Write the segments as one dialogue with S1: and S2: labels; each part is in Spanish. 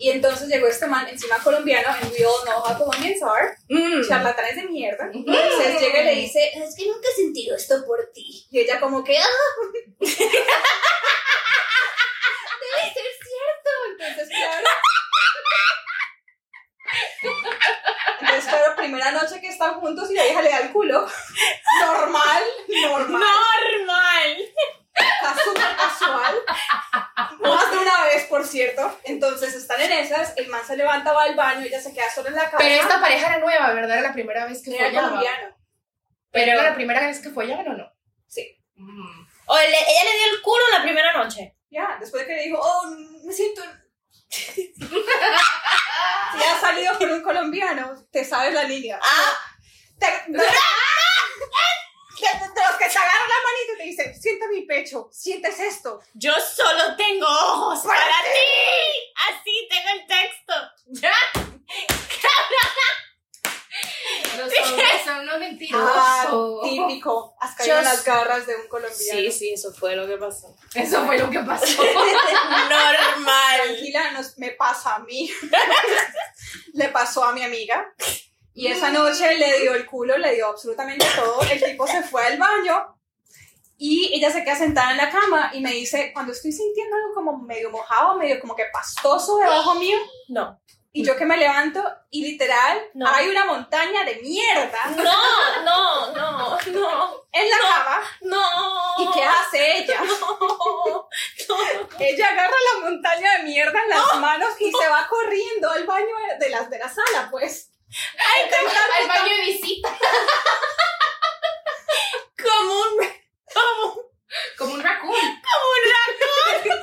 S1: Y entonces llegó este man, encima colombiano, and we all know how Colombians are,
S2: Mm.
S1: charlatanes de mierda. Entonces llega y le dice, es que nunca he sentido esto por ti. Y ella como que, ah, debe ser cierto. Entonces, claro. Entonces, claro, primera noche que están juntos y la hija le da el culo. Normal, normal.
S2: Normal.
S1: Está súper casual. Más de una vez, por cierto. Entonces están en esas, el man se levanta, va al baño, ella se queda sola en la cama.
S2: Pero esta pareja era nueva, ¿verdad? Era la primera vez que
S1: era
S2: follaban.
S1: colombiano.
S2: Pero era la primera vez que follaban o no.
S1: Sí.
S3: O le- ella le dio el culo la primera noche.
S1: Ya, después de que le dijo, oh, me siento... si has salido con un colombiano, te sabes la línea.
S3: Ah,
S1: Te- de, de- de los que te agarran la manito y te dicen, siente mi pecho, sientes esto.
S3: yo solo tengo ojos
S1: Fuerte.
S3: para ti. Así tengo el texto. Ya.
S2: Los hombres son unos mentirosos.
S1: Ah, típico, has caído en
S3: Just-
S1: las garras de un colombiano.
S3: sí, eso fue lo que pasó.
S2: Eso fue lo que pasó.
S3: Normal.
S1: tranquila, nos- me pasa a mí. le pasó a mi amiga. Y esa noche le dio el culo, le dio absolutamente todo. El tipo se fue al baño y ella se queda sentada en la cama y me dice, cuando estoy sintiendo algo como medio mojado, medio como que pastoso debajo mío,
S3: No.
S1: y yo que me levanto y literal
S3: No.
S1: hay una montaña de mierda
S3: No, no, no, no,
S1: en la cama.
S3: no.
S1: ¿Y qué hace ella?
S3: No, no.
S1: Ella agarra la montaña de mierda en las manos y se va corriendo al baño de, las, de la sala, pues. ¡Ay,
S2: Al baño de visita.
S3: Como un, como un
S2: Como un raccoon.
S3: racón.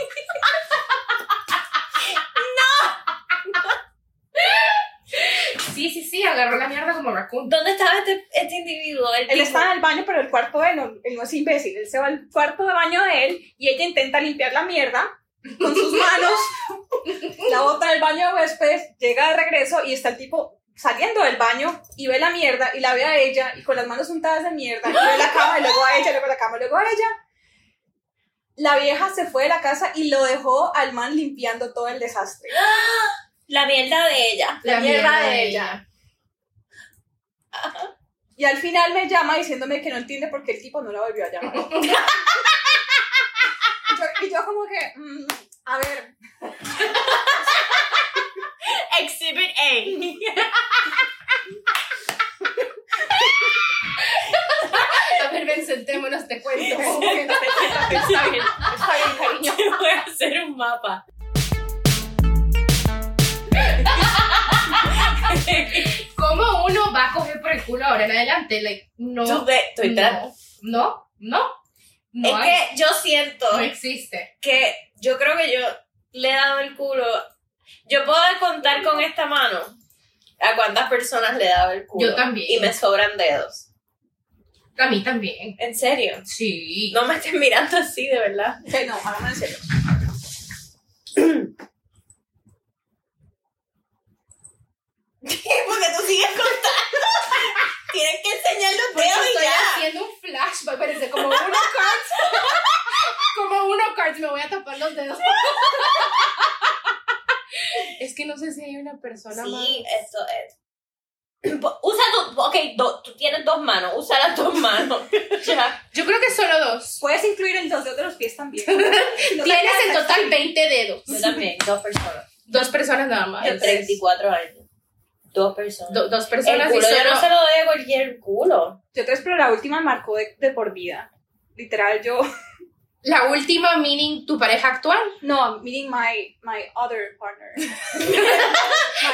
S2: Sí, sí, sí, agarró la mierda como raccoon.
S3: ¿Dónde estaba este, este individuo? El
S1: Él
S3: tipo.
S1: está en el baño, pero el cuarto de él no, él no es imbécil. Él se va al cuarto de baño de él y ella intenta limpiar la mierda con sus manos. la bota del baño de huéspedes, llega de regreso y está el tipo saliendo del baño y ve la mierda y la ve a ella y con las manos untadas de mierda y ve la cama y luego a ella, luego la cama y luego a ella. La vieja se fue de la casa y lo dejó al man limpiando todo el desastre.
S3: La mierda de ella.
S1: La mierda de ella. Y al final me llama diciéndome que no entiende por qué el tipo no la volvió a llamar. y, yo, y yo como que, mm, a ver,
S3: Exhibit A.
S2: A ver, ven, sentémonos, te cuento.
S1: como que no te-
S3: Está bien.
S1: está bien, cariño.
S3: Yo voy a hacer un mapa.
S2: ¿Cómo uno va a coger por el culo ahora en adelante? Like, no.
S3: Yo ve- estoy
S2: no,
S3: tratando.
S2: no, no. No,
S3: es
S2: hay-
S3: que yo siento
S2: no existe.
S3: que yo creo que yo le he dado el culo. Yo puedo contar con esta mano a cuántas personas le he dado el culo.
S2: Yo también.
S3: Y me sobran dedos.
S2: A mí también.
S3: En serio.
S2: Sí.
S3: No me estés mirando así, de verdad.
S1: Que no, hablamos en serio.
S3: Porque tú sigues contando. Tienes que enseñar los
S2: Porque
S3: dedos y
S2: estoy
S3: ya.
S2: haciendo un flashback, parece como uno cards. como uno cards, me voy a tapar los dedos. es que no sé si hay una persona más.
S3: Sí, eso es. Pues, Usa tu. Ok, do- tú tienes dos manos. Usa las dos manos. ya.
S2: Yo creo que solo dos.
S1: Puedes incluir el dos dedos de los pies también.
S2: Tienes en total 20 dedos.
S3: Yo también, dos personas.
S2: Dos personas nada más.
S3: De 34 años. Dos personas.
S2: Do- dos
S3: el
S2: personas y
S3: culo yo no
S2: solo.
S3: se lo doy a cualquier culo.
S1: Yo tres, pero la última marcó de, de por vida. Literal, yo.
S2: La última, meaning tu pareja actual.
S1: No, meaning my, my other partner.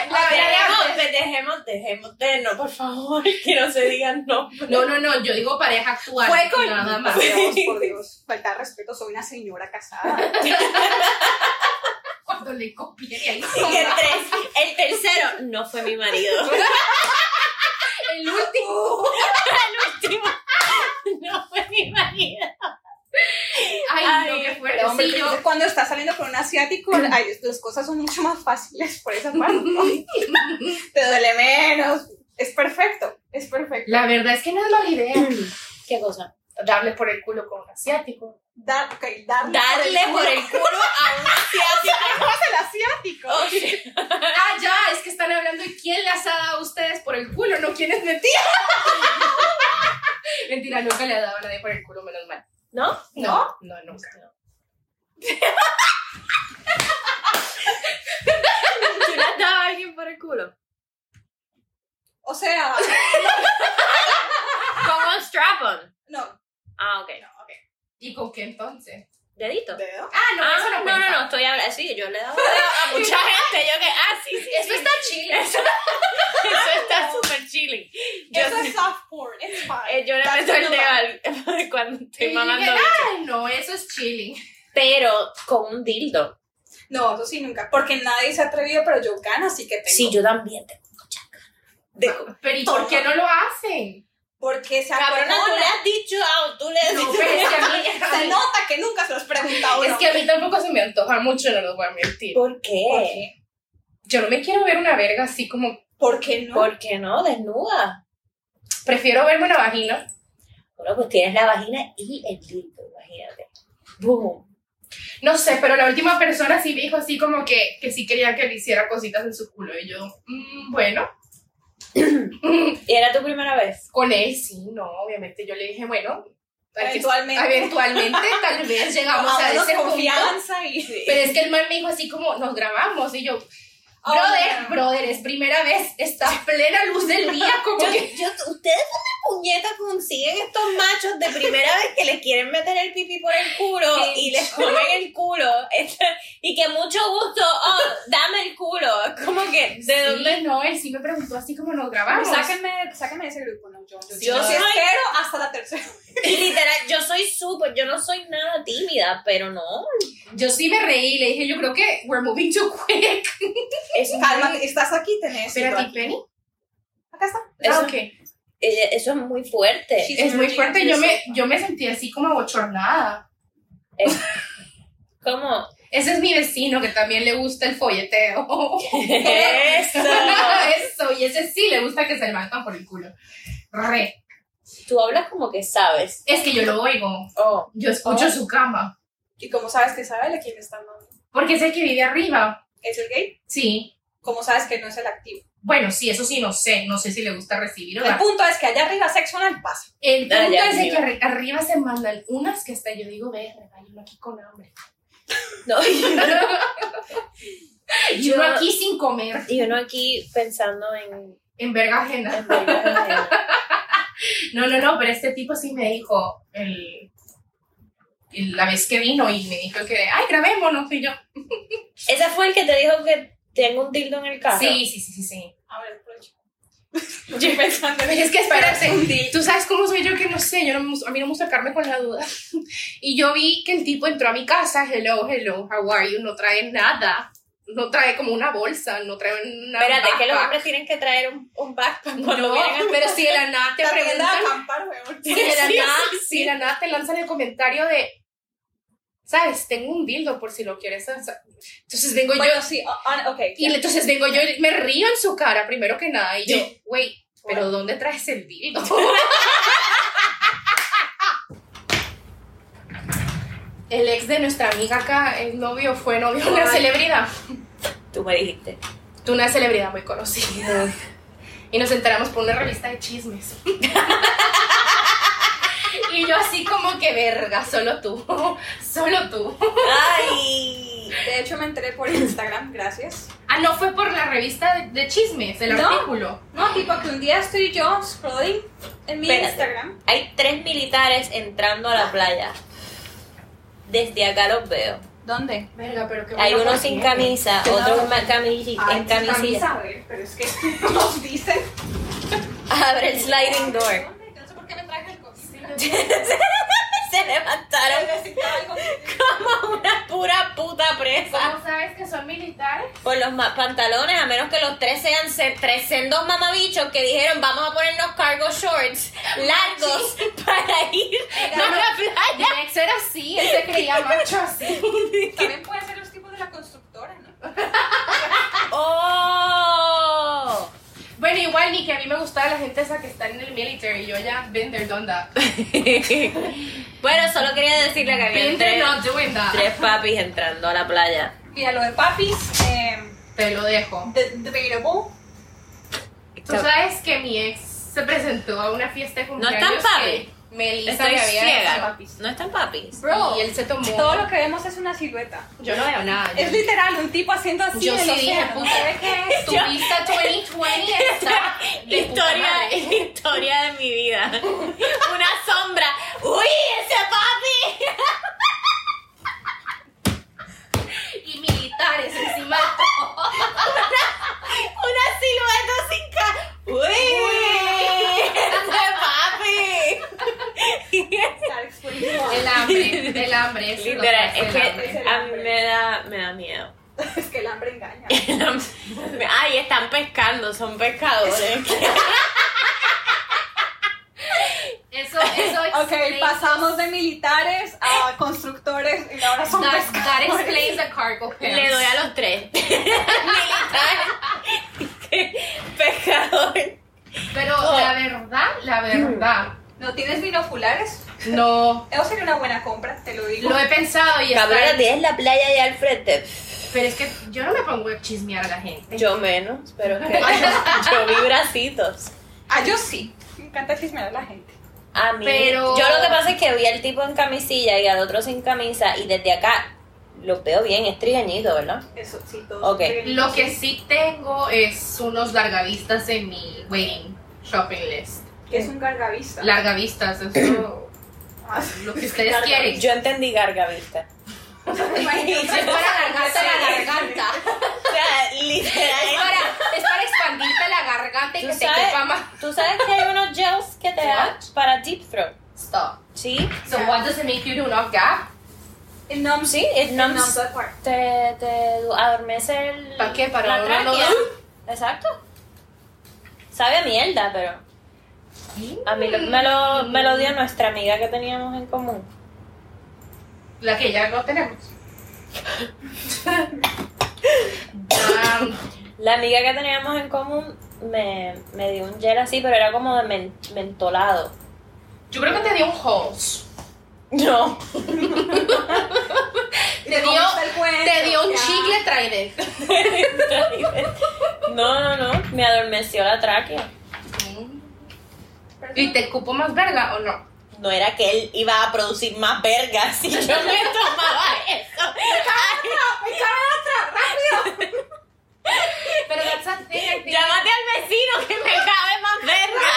S2: La de
S3: Dejemos, de- dejemos, dejemos de no, por favor, que no se digan no.
S2: No, no, no, yo digo pareja actual.
S3: Fue con-
S2: nada más.
S1: Por Dios, por Dios. Falta de respeto, soy una señora casada.
S2: Cuando le copié ahí.
S3: Y el, tres, el tercero no fue mi marido.
S2: El último.
S3: El último no fue mi marido.
S2: Ay,
S3: Ay,
S2: no, qué fuerte.
S1: Pero, hombre,
S2: Sí, yo,
S1: cuando estás saliendo con un asiático, ay, las cosas son mucho más fáciles por esa parte. Te duele menos. Es perfecto, es perfecto.
S2: la verdad es que no es mala idea.
S3: ¿Qué cosa?
S2: darle por el culo con un asiático.
S1: Dar, ok, darle,
S3: Darle por el culo a un asiático.
S1: ¿Cómo es el asiático?
S3: Oh, shit.
S2: Ah, ya, es que están hablando de quién las ha dado a ustedes por el culo, no quién es mentira. mentira, nunca le ha dado a nadie por el culo, menos mal.
S3: ¿No?
S2: No, no, nunca.
S3: ¿Tú le has dado a alguien por el culo?
S1: O sea,
S3: Con un strap-on.
S1: no.
S3: Ah, ok.
S2: ¿Y con qué entonces?
S3: ¿Dedito?
S1: ¿Dedo?
S2: Ah, no,
S3: ah,
S2: eso no
S3: no,
S2: cuenta.
S3: no, no, estoy hablando. Sí, yo le he dado a a mucha gente. Yo que, ah, sí, sí.
S2: Eso
S3: sí.
S2: está chile.
S3: Eso, eso está súper chilling. Yo,
S1: Eso es soft porn, it's fine.
S3: eh, yo le
S1: That's
S3: meto el
S1: normal.
S3: dedo al- cuando estoy
S2: Y
S3: mamando.
S2: dije, Ay, no, eso es chilling.
S3: Pero con un dildo.
S1: No, eso sí, nunca. Porque nadie se ha atrevido, pero yo gano, así que tengo.
S3: yo también tengo mucha gana.
S2: Pero ¿y por qué no lo hacen?
S1: Porque se
S3: Cabrona, tú le
S1: acuerdan.
S3: has dicho, ah, tú le has
S2: No,
S3: dicho.
S2: pero es que a mí-
S1: Se nota que nunca se los has preguntado.
S2: Es
S1: ¿no?
S2: que a mí tampoco se me antoja mucho, no lo voy a mentir.
S3: ¿Por
S1: ¿Por
S3: qué?
S1: qué?
S2: Yo no me quiero ver una verga así como.
S1: ¿Por qué no?
S3: ¿Por qué no? Desnuda.
S2: Prefiero verme una vagina.
S3: Bueno, pues tienes la vagina y el dildo, imagínate. Boom.
S2: No sé, pero la última persona sí dijo así como que, que sí quería que le hiciera cositas en su culo. Y yo, mm, bueno,
S3: ¿Y era tu primera vez?
S2: con él sí, no, obviamente. Yo le dije, bueno, hay que-
S1: Eventualmente.
S2: eventualmente tal vez llegamos a
S1: Vámonos
S2: ese punto.
S1: confianza y.
S2: Pero es que el man me dijo así como, nos grabamos. Y yo,
S1: Oh,
S2: brother,
S1: no.
S2: brother, es primera vez, está a plena luz del día, como
S3: Yo-
S2: que...
S3: yo- ¿Ustedes dónde puñetas consiguen estos machos de primera vez que les quieren meter el pipí por el culo
S1: Sí.
S3: y les comen el culo? y que mucho gusto, oh, dame el culo. Como que, ¿de dónde?
S2: Sí, no, él sí me preguntó así como nos grabamos.
S1: Sáquenme, sáquenme de ese grupo, no, yo. Yo,
S3: Yo
S1: yo sí
S3: soy-
S1: espero hasta la tercera.
S3: Y literal, yo soy súper, yo no soy nada tímida, pero no.
S2: Yo sí me reí, le dije, yo creo que we're moving too quick.
S3: Es
S1: Cálmate, estás aquí, tenés.
S2: Espérate,
S1: igual.
S2: Penny.
S1: Acá está.
S3: Eso-
S2: Ah, ok.
S3: eh, Eso es muy fuerte.
S1: Sí.
S2: Es muy fuerte, yo me, yo me sentí así como abochornada.
S3: Como,
S2: Ese es mi vecino que también le gusta el folleteo.
S3: eso.
S2: Eso, y ese sí le gusta que se le mandan por el culo. Re.
S3: Tú hablas como que sabes.
S2: Es que yo lo oigo,
S3: Oh.
S2: yo escucho
S3: Oh.
S2: su cama,
S1: ¿Y cómo sabes que sabe de quién está hablando?
S2: porque es el que vive arriba.
S1: ¿Es el gay?
S2: Sí.
S1: ¿Cómo sabes que no es el activo?
S2: Bueno, sí, eso sí, no sé, no sé si le gusta recibir o
S1: El
S2: dar.
S1: punto es que allá arriba sexo anal pasa.
S2: El punto
S3: Ah, ya,
S2: es de que
S3: arriba.
S2: arri- arriba se mandan unas que hasta yo digo, ve, hay uno aquí con hambre.
S3: No,
S2: Y uno
S3: Yo-
S2: aquí sin comer,
S3: y uno aquí pensando en
S2: en verga ajena.
S3: en verdad, en-
S2: No, no, no, pero este tipo sí me dijo el, el- la vez que vino y me dijo que, ay, grabémonos, y yo.
S3: Ese fue el que te dijo que tengo un tildo en el carro.
S2: Sí, sí, sí, sí, sí.
S1: A ver, aprovecho. Estoy pensando en
S2: Es que espérate, tú sabes cómo soy yo que no sé, yo no, me gusta- a mí no me gusta sacarme con la duda. Y yo vi que el tipo entró a mi casa, hello, hello, how are you, no trae nada. No trae como una bolsa, no trae una
S3: Espérate, que los
S2: backpack.
S3: hombres tienen que traer un, un backpack cuando
S2: No,
S3: vienen a-
S2: pero si de la nada te
S1: la tienda
S2: preguntan,
S1: de acampar, weón.
S2: si de la
S3: Sí,
S2: nada,
S3: sí,
S2: si de la nada te lanzan el comentario de, sabes, tengo un dildo por si lo quieres. hacer". Entonces vengo yo,
S1: Bueno, sí, on, ok.
S2: y
S1: ya.
S2: entonces vengo yo y me río en su cara primero que nada y yo, wait, pero
S1: Bueno.
S2: ¿dónde traes el dildo? El ex de nuestra amiga acá, el novio, fue novio de una
S1: Ay.
S2: celebridad.
S3: Tú me dijiste.
S2: De una celebridad muy conocida. Y nos enteramos por una revista de chismes. y yo así como que verga, solo tú, solo tú.
S3: ¡Ay!
S1: De hecho, me enteré por Instagram, gracias.
S2: Ah, no fue por la revista de, de chismes, el
S1: No.
S2: artículo.
S1: No, tipo que un día estoy yo scrolling en mi
S3: Espérate.
S1: Instagram.
S3: Hay tres militares entrando a la playa. Desde acá los veo.
S1: ¿Dónde?
S2: Verga, pero qué
S3: Hay
S2: buena
S3: uno
S2: foto
S3: sin
S2: tiene.
S3: camisa,
S1: Claro.
S3: otro con ma- camisi- en camisilla.
S1: camisa, a ver, pero es que nos dicen.
S3: Abre el sliding door.
S1: ¿Dónde? No sé por qué me traje el cocina.
S3: Se levantaron
S1: necesitaba algo.
S3: como una pura puta presa.
S2: ¿Cómo sabes que son militares?
S3: Por los ma- pantalones, a menos que los tres sean se- tres sendos mamabichos que dijeron vamos a ponernos cargo shorts largos para ir
S2: No,
S3: a la playa.
S2: Mi ex era así, él se creía macho así.
S1: También puede ser los tipos de la constructora, ¿no?
S3: ¡Oh!
S2: Bueno, igual igual ni que a mí me gustaba la gente esa que está en el military. Yo ya, been there, done that.
S3: Bueno, solo quería decirle que había
S2: Been there,
S3: tres,
S2: not doing that.
S3: tres papis entrando a la playa.
S1: Mira, lo de papis, eh,
S2: Te lo dejo.
S1: de- debatable.
S2: Tú sabes que mi ex se presentó a una fiesta de cumpleaños.
S3: están
S2: que Melissa
S3: Estoy
S2: le había
S3: ciega.
S1: papis.
S3: No están papis.
S1: Bro,
S2: Y él se tomó.
S1: todo lo que vemos es una silueta.
S2: Yo no veo nada.
S1: Es literal, un tipo haciendo así.
S2: yo
S1: en
S2: sí
S1: el
S2: dije,
S1: océano,
S2: puta,
S1: ¿sabe qué?
S2: tu vista 2020 está de
S3: Historia,
S2: puta madre.
S3: historia de mi vida. Una sombra. ¡Uy, ese papi!
S2: y militares encima de todo.
S3: Una silueta sin cara. ¡Uy! ¡Ese papi!
S1: Alex, por favor.
S2: El hambre, el hambre. eso es lo que
S3: Literal,
S2: hace
S3: es
S2: el hambre.
S3: que a mí me da, me da miedo.
S1: Es que el hambre engaña.
S3: Ay, están pescando, son pescadores.
S2: Eso, eso
S1: Ok,
S2: explains-
S1: pasamos de militares a constructores y ahora son
S2: That, that
S1: pescadores.
S2: explains the cargo pants.
S3: Le doy a los tres. Militar, pescador.
S2: Pero
S3: Oh.
S2: la verdad, la verdad,
S1: ¿No tienes binoculares?
S2: no.
S1: Eso sería una buena compra, te lo digo.
S2: Lo he pensado y está-
S3: Cabrera, tienes la playa allá al frente.
S2: Pero es que yo no me pongo a chismear a la gente.
S3: Yo menos, pero que yo vi bracitos.
S1: Ah, yo sí. Me encanta chismear a la gente.
S3: A mí.
S2: Pero-
S3: Yo lo que pasa es que vi al tipo en camisilla y al otro sin camisa y desde acá lo veo bien, es trigueñito, ¿verdad?
S1: Eso sí, todo.
S3: Ok.
S2: Lo que sí tengo es unos largavistas en mi waiting shopping list.
S1: Que es un gargavista.
S2: Largavistas, eso
S1: Ah,
S2: lo que ustedes quieren.
S3: Yo entendí gargavista.
S1: imagínate,
S2: Es para alargarse la garganta.
S3: O sea, literal.
S2: Es para, es para expandirte la garganta y
S3: ¿Tú
S2: que te
S3: sabes?
S2: quepa más.
S3: ¿Tú sabes que hay unos gels que te dan para deep throat?
S2: Stop.
S3: Sí.
S2: So what does it make you do not gap?
S1: El nom
S3: Sí, it
S1: el
S3: numbs-
S1: that part.
S3: Te, te adormece el...
S2: ¿Para qué? Para
S3: la
S2: uno no
S3: tráquea.
S2: dar-
S3: Exacto. Sabe a mierda, pero... A mí lo- me, lo, me lo dio nuestra amiga que teníamos en común.
S2: La que ya no tenemos. Damn.
S3: La amiga que teníamos en común me, me dio un gel así, pero era como de men- mentolado.
S2: yo creo que te dio un host.
S3: No.
S1: Y
S2: Te dio,
S1: comiste el cuento,
S2: te dio un
S1: ya.
S2: chicle trident.
S3: No, no, no. Me adormeció la tráquea.
S2: ¿Y te cupo más verga o no?
S3: No era que él iba a producir más vergas si yo me tomaba eso.
S1: ¡Me cabe otra! ¡Rápido!
S2: Pero that's a thing, I think.
S3: Llámate al vecino que me cabe más verga.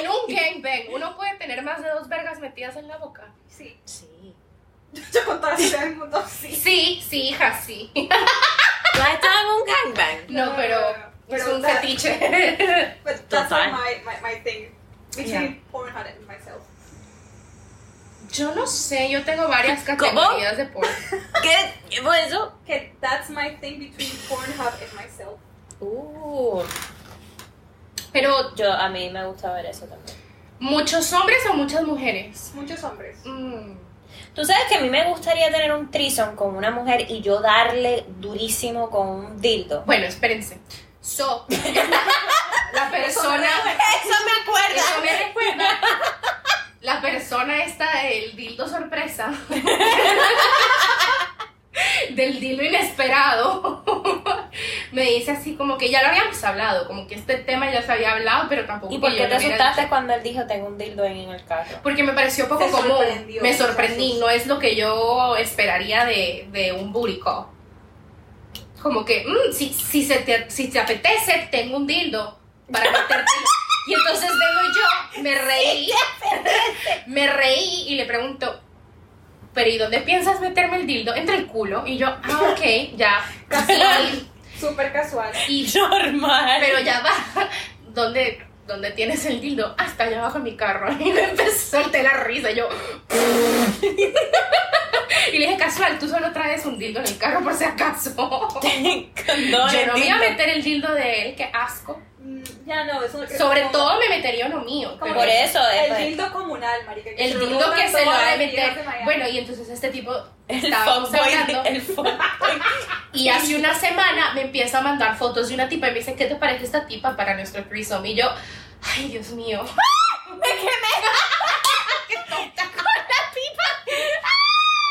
S2: En un gangbang, uno puede tener más de dos vergas metidas en la boca.
S1: Sí.
S3: Sí.
S1: Yo con todas las ideas del mundo, sí.
S2: Sí, sí, hija, sí.
S3: ¿Tú has estado en un gangbang?
S2: No, pero
S1: Pero
S2: es un
S1: that-
S2: fetiche.
S1: But that's
S3: Total.
S1: like my, my, my thing. Between
S2: Yeah.
S1: Pornhub and myself.
S2: Yo no sé, yo tengo varias categorías de porno.
S3: ¿Qué? ¿Por pues eso?
S1: Que that's my thing between Pornhub and myself.
S3: Uh,
S2: Pero,
S3: yo, a mí me gusta ver eso también.
S2: ¿muchos hombres o muchas mujeres?
S1: Muchos hombres.
S2: Mm.
S3: Tú sabes que a mí me gustaría tener un trison con una mujer y yo darle durísimo con un dildo.
S2: Bueno, espérense. So, la persona.
S3: Eso me
S2: Eso me recuerda. La persona esta del dildo sorpresa. Del dildo inesperado. Me dice así como que ya lo habíamos hablado, como que este tema ya se había hablado, pero tampoco.
S3: ¿Y por
S2: que
S3: qué
S2: yo
S3: te
S2: lo hubiera
S3: asustaste
S2: dicho.
S3: cuando él dijo tengo un dildo en el carro?
S2: Porque me pareció poco
S1: Te
S2: común.
S1: sorprendió.
S2: Me sorprendí, no es lo que yo esperaría de, de un burico. Como que, mm, si, si, se te, si te apetece, tengo un dildo para metértelo. y entonces vengo yo, me reí. me reí y le pregunto, pero ¿y dónde piensas meterme el dildo? Entre el culo. Y yo, ah, ok, ya.
S1: Casual.
S2: Casual.
S1: Súper casual.
S2: Y,
S3: Normal.
S2: pero ya va. ¿Dónde, ¿Dónde tienes el dildo? Hasta allá abajo en mi carro. Y me empezó a soltar la risa. Yo. y le dije, casual, tú solo traes un dildo en el carro por si acaso.
S3: Condones,
S2: Yo no me iba a
S3: dildo.
S2: meter el dildo de él, qué asco.
S1: Mm, Ya no, eso no creo
S2: Sobre
S1: que-
S2: todo me metería uno mío.
S1: Como
S2: pero-
S3: Por eso,
S1: El
S3: después.
S1: dildo comunal, marica. que
S2: El
S1: se
S2: dildo
S1: rotan
S2: que se lo
S1: todas
S2: va a
S1: las viejas de
S2: meter.
S1: Miami.
S2: Bueno, y entonces este tipo
S3: El
S2: estábamos
S3: fuckboy,
S2: hablando
S3: el fuckboy.
S2: y hace una semana me empieza a mandar fotos de una tipa y me dice, ¿qué te parece esta tipa para nuestro threesome? Y yo, ay, Dios mío.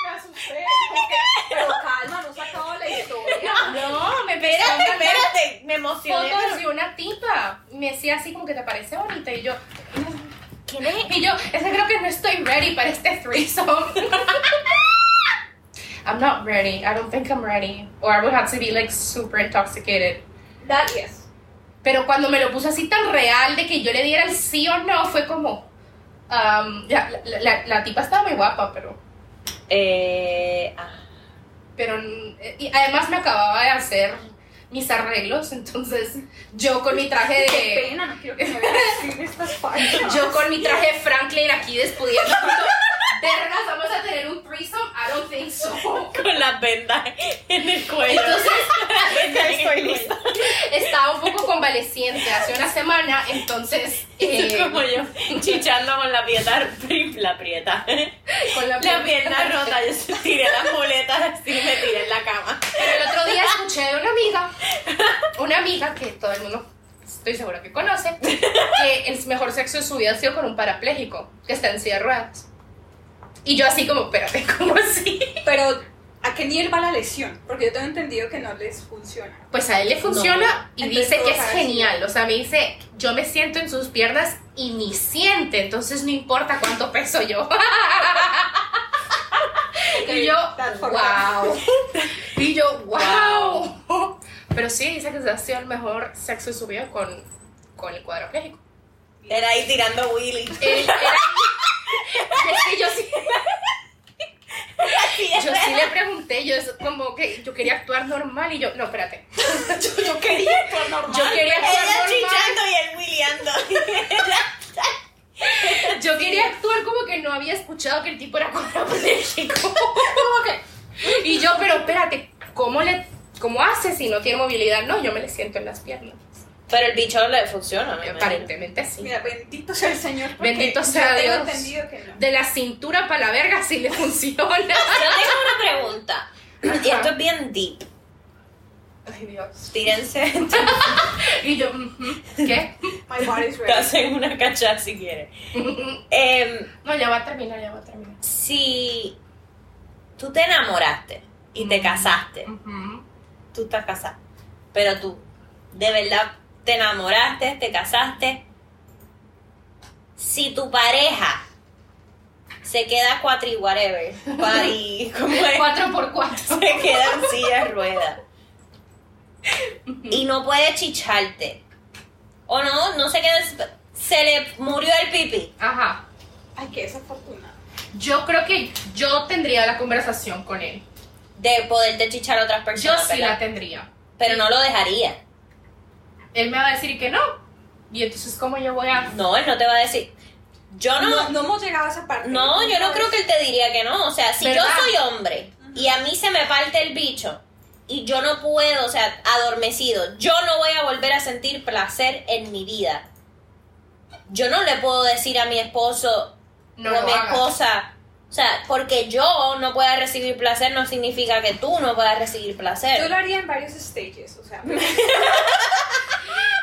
S1: me asusté. como que, Pero calma, no se acabó la historia.
S2: No, me empezó a
S3: Espérate,
S2: mandar
S3: espérate, me emocioné.
S2: fotos de una tipa. Y me decía así como que te parece bonita y yo,
S3: ¿Quién es?
S2: y yo, es que creo que no estoy ready para este threesome. I'm not ready. I don't think I'm ready. Or I would have to be like super intoxicated.
S1: That yes.
S2: Pero cuando me lo puso así tan real de que yo le diera el sí o no, fue como. um, la, la- la- la tipa estaba muy guapa, pero.
S3: Eh, ah.
S2: pero eh, y además me acababa de hacer mis arreglos, entonces yo con mi traje
S1: Qué
S2: de.
S1: pena, no quiero que me vean así en estas páginas.
S2: Yo con mi traje Franklin aquí despudiendo. Vergas, vamos a tener un threesome. I don't think so.
S3: con la venda en el cuello.
S2: Entonces
S3: Ya estoy lista.
S2: estaba un poco convaleciente hace una semana, entonces. eh,
S3: como yo, chichando con la pierna, la prieta.
S2: con la
S3: La
S2: pierna-
S3: pierna rota, yo se- tiré las muletas así y me tiré en la cama.
S2: Pero el otro día escuché de una amiga, una amiga que todo el mundo estoy segura que conoce, que el mejor sexo de su vida ha sido con un parapléjico que está en silla de ruedas. Y yo así como, espérate, ¿cómo así?
S1: Pero, ¿a qué nivel va la lesión? Porque yo tengo entendido que no les funciona.
S2: Pues a él le funciona y
S1: Entonces,
S2: dice que es
S1: todos saben.
S2: genial. O sea, me dice, yo me siento en sus piernas y ni siente, entonces no importa cuánto peso yo. y yo,
S1: that's for
S2: wow. y yo, wow. Pero sí, dice que se ha sido el mejor sexo de su vida con, con el cuadropléjico.
S3: Era ahí tirando Willy.
S2: Él era- y es que yo sí, yo sí le pregunté, yo es como que yo quería actuar normal y yo, no, espérate.
S3: yo, yo quería actuar normal.
S2: Yo quería actuar
S3: Ella
S2: normal.
S3: chichando y él Willyando.
S2: Yo quería actuar como que no había escuchado que el tipo era cuadropléjico. Como que- Y yo, pero espérate, ¿cómo le cómo hace si no tiene movilidad? No, yo me le siento en las piernas.
S3: Pero el bicho le funciona, me imagino.
S2: Aparentemente sí.
S1: Mira, bendito sea el Señor. porque
S2: Bendito sea
S1: yo tengo
S2: Dios.
S1: entendido que no.
S2: De la cintura para la verga sí le funciona.
S3: Yo tengo una pregunta. Y esto es bien deep.
S2: Ay, Dios.
S3: Tírense.
S2: Y yo, ujú, ¿qué?
S1: My body's
S3: Te
S1: ready.
S3: hacen una cachada si quieres. Em,
S2: No, ya va a terminar, ya va a terminar.
S3: si tú te enamoraste y te casaste,
S2: Ujú.
S3: tú estás casada, pero tú de verdad te enamoraste, te casaste. Si tu pareja se queda cuatri whatever, cuatri, ¿cómo es?
S2: Cuatro por cuatro.
S3: se queda en silla de ruedas y no puede chicharte o no, no se queda, se le murió el pipí.
S2: Ajá.
S1: Ay, qué desafortunado.
S2: Yo creo que yo tendría la conversación con él.
S3: de poderte chichar a otras
S2: Yo
S3: personas,
S2: sí
S3: ¿verdad?
S2: la tendría.
S3: pero no lo dejaría.
S2: Él me va a decir que no. Y entonces, ¿cómo yo voy a
S3: No, él no te va a decir. Yo no,
S1: No,
S3: no,
S1: no hemos llegado a esa parte.
S3: yo no creo que él te diría que no. O sea, si
S2: ¿Verdad?
S3: yo soy hombre y a mí se me parte el bicho y yo no puedo, o sea, adormecido, yo no voy a volver a sentir placer en mi vida. Yo no le puedo decir a mi esposo
S2: no
S3: o a
S2: lo
S3: mi
S2: hagas?
S3: esposa. O sea, porque yo no pueda recibir placer no significa que tú no puedas recibir
S1: Yo
S3: placer.
S1: lo haría en varios stages, o sea.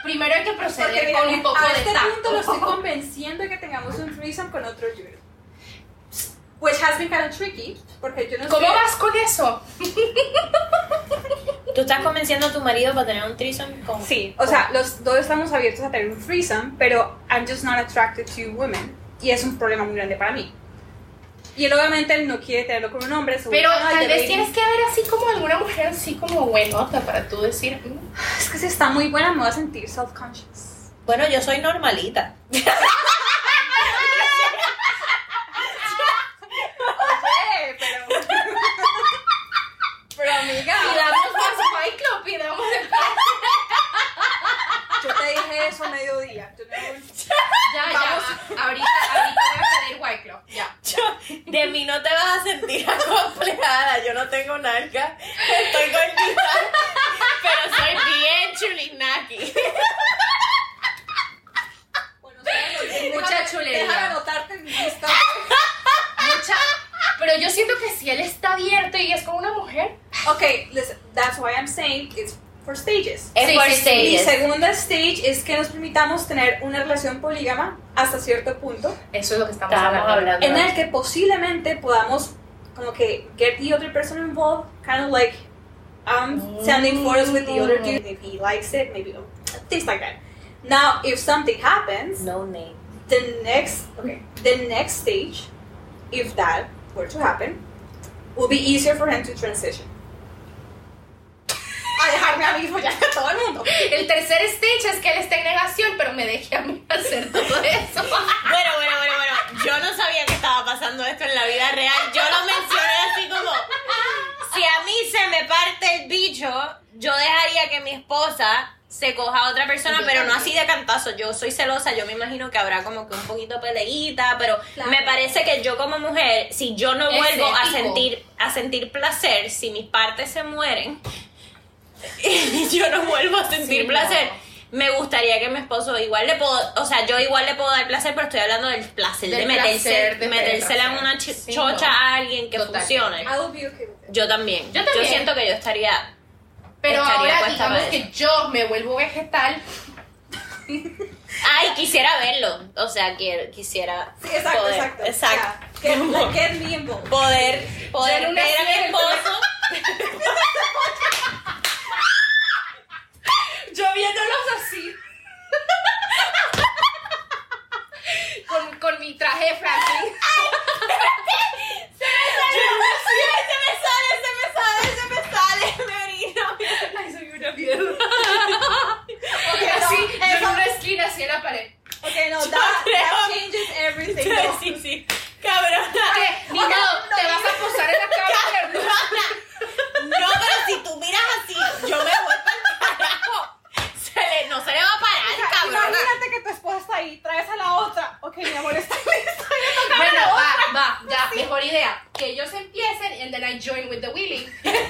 S2: Primero hay que proceder
S1: Porque mira,
S2: con un poco
S1: a
S2: de
S1: este
S2: tacto.
S1: punto lo estoy convenciendo de que tengamos un threesome con otro Yuri. Which has been kind of tricky, porque yo no
S2: ¿Cómo
S1: sé...
S2: vas con eso?
S3: Tú estás convenciendo a tu marido para tener un threesome con...
S1: Sí, o sea, los dos estamos abiertos a tener un threesome, pero I'm just not attracted to women. Y es un problema muy grande para mí. Y él obviamente él no quiere tenerlo con un hombre. seguro,
S2: Pero
S1: ah,
S2: tal
S1: de
S2: vez
S1: baby.
S2: tienes que ver así como alguna mujer así como buenota para tú decir. mm.
S1: Es que si está muy buena me voy a sentir self-conscious.
S3: Bueno, yo soy normalita.
S1: Oye, pero... pero amiga,
S2: Pidamos más Fight Club, pidamos el-
S1: Ah, yo te dije eso a mediodía. Yo no...
S2: Ya,
S1: Vamos.
S2: ya. a- Ahorita, ahorita voy a pedir White Club. Ya.
S3: Yo- de mí no te vas a sentir acomplejada. Yo no tengo nalga. Estoy gordita. pero soy bien chulinaki.
S2: cielo está abierto y es con una mujer.
S1: Okay, listen, that's why I'm saying it's for stages.
S3: Es
S2: Sí,
S3: por
S2: sí, sí.
S1: Mi
S3: stages.
S1: segunda stage es que nos permitamos tener una relación polígama hasta cierto punto,
S2: Eso es lo que estamos,
S3: Estábamos
S2: hablando.
S3: hablando.
S1: en el que posiblemente podamos como que get the other person involved, kind of like um, I'm sending photos with the
S2: Mm.
S1: other dude. If he likes it, maybe oh, things like that. Now, if something happens,
S3: No name.
S1: the next okay, the next stage, if that were to happen, will be easier for him to transition. A dejarme a mí follar a todo el mundo.
S2: El tercer stage es que él está en negación, pero me dejé a mí hacer todo eso.
S3: Bueno, bueno, bueno, bueno. Yo no sabía que estaba pasando esto en la vida real. Yo lo mencioné así como. Si a mí se me parte el bicho, yo dejaría que mi esposa se coja a otra persona,
S2: Yo
S3: pero no así
S2: también.
S3: de cantazo. Yo soy celosa, yo me imagino que habrá como que un poquito peleita, pero
S1: Claro.
S3: me parece que yo como mujer, si yo no
S2: Ese
S3: vuelvo a
S2: tipo.
S3: sentir a sentir placer, si mis partes se mueren, y yo no vuelvo a sentir
S2: Sí,
S3: placer.
S2: no.
S3: Me gustaría que mi esposo igual le puedo, o sea, yo igual le puedo dar placer, pero estoy hablando del placer
S2: Del
S3: de meterse,
S2: placer de
S3: metérsela en
S2: penetración.
S3: una chi-
S2: Sí,
S3: chocha
S2: no.
S3: a alguien que
S2: Total. Ah.
S3: funcione.
S1: I will be okay with it.
S3: Yo también.
S2: Yo también.
S3: siento que yo estaría
S2: Pero
S3: Estaría
S2: ahora
S3: puesta
S2: digamos
S3: para
S2: que yo me vuelvo vegetal.
S3: Ay, quisiera verlo. O sea, que quisiera
S1: Sí, exacto,
S3: poder,
S1: exacto.
S3: exacto.
S1: Yeah. Get, like, get me involved.
S3: Poder,
S2: Yo
S3: poder
S2: en una
S3: ver a mi
S2: silla del
S3: esposo.
S2: Yo viéndolos así. con, con mi traje de Franklin.
S3: Se me sale, se me sale, se me sale, me orino.
S2: Ay, soy una mierda.
S1: Okay,
S2: así,
S1: no,
S2: yo en una esquina, así en la pared.
S1: okay, no,
S3: Yo
S1: that, that
S3: creo-
S1: changes everything. No.
S3: Sí, sí. Cabrona.
S2: Que, ni
S1: Ok,
S2: modo,
S1: no,
S2: te
S1: no,
S2: vas a posar en la cama. pero-
S3: No, pero si tú miras así, yo me voy para el carajo. Se le, no se le va a parar, cabrona.
S1: Imagínate que tu esposa está ahí, traes a la otra. Okay, mi amor, está lista.
S2: Bueno, va, va, ya, mejor idea. Que ellos empiecen and then I join with the Willy.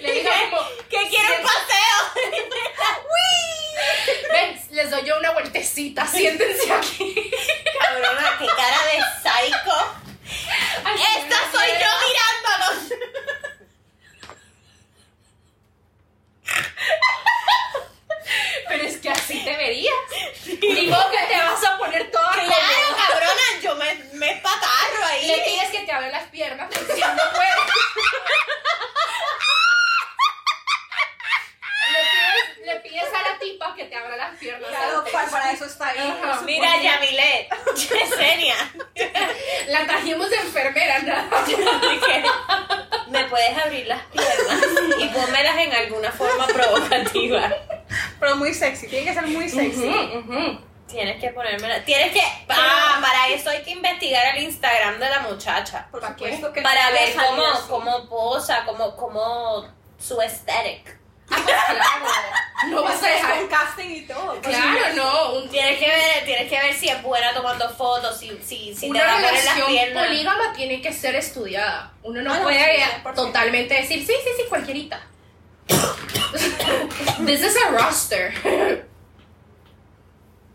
S2: Le digo como,
S3: Que quiero un
S2: "Sien-
S3: paseo.
S2: Ven, les doy yo una vueltecita, siéntense aquí.
S3: Cabrona, qué cara de psycho.
S2: Ay,
S3: Esta
S2: una
S3: soy yo
S2: mierda.
S3: mirándolos.
S2: Pero es que así te verías. Digo que te vas a poner toda
S3: Claro,
S2: roja.
S3: cabrona, yo me, me patarro ahí.
S2: Le pides que te abran las piernas porque si no no puedes. Le pides, le pides a la tipa que te abra las piernas.
S1: Claro, para, para eso está ahí. por
S2: Ajá.
S1: supuesto.
S3: Mira, Yamilet, Yesenia.
S2: La trajimos de enfermera, nada.
S3: Me puedes abrir las piernas y pónmelas en alguna forma provocativa.
S1: Pero muy sexy, tiene que ser muy sexy.
S3: Tienes que ponérmela. Tienes que. Ah, para eso hay que investigar el Instagram de la muchacha.
S1: Por
S2: ¿Para qué?
S1: supuesto que no
S3: Para
S1: debe
S3: ver
S1: salir
S3: cómo,
S1: así.
S3: cómo posa, cómo, cómo su aesthetic.
S2: Ah, pues claro. No vas a
S1: Es
S2: dejar.
S1: con casting y todo.
S2: Claro, no. Un,
S3: Tienes que ver, tienes que ver si es buena tomando fotos, si, si, si te
S2: una
S3: va a poner las
S2: relación
S3: piernas.
S2: polígama tiene que ser estudiada. Uno no
S1: Ah, no,
S2: puede
S1: sí, 100%.
S2: totalmente decir, sí, sí, sí, cualquierita. This is a roster.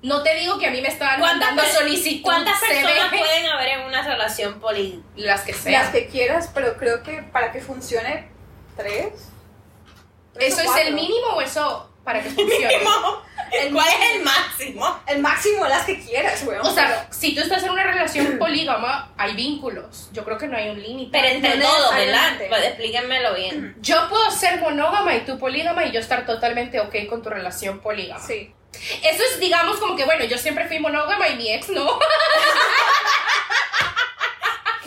S2: No te digo que a mí me estaban
S3: ¿Cuántas,
S2: mandando
S3: per-
S2: solicitud
S3: ¿Cuántas personas
S2: CV,
S3: pueden haber en una relación poli?
S2: Las que
S1: Las
S2: sean.
S1: que quieras, pero creo que para que funcione, tres. tres
S2: ¿Eso
S1: o
S2: es el
S1: cuatro.
S2: mínimo o eso para que funcione? El
S3: ¿Cuál es el máximo?
S1: El máximo, las que quieras, weón.
S2: O sea, si tú estás en una relación polígama, hay vínculos. Yo creo que no hay un límite.
S3: Pero entre
S1: No
S3: todos, ¿verdad?
S1: necesariamente.
S3: Pues Explíquenmelo bien.
S2: Yo puedo ser monógama y tú polígama y yo estar totalmente ok con tu relación polígama.
S1: sí.
S2: Eso es, digamos, como que, bueno, yo siempre fui monógama y mi ex no.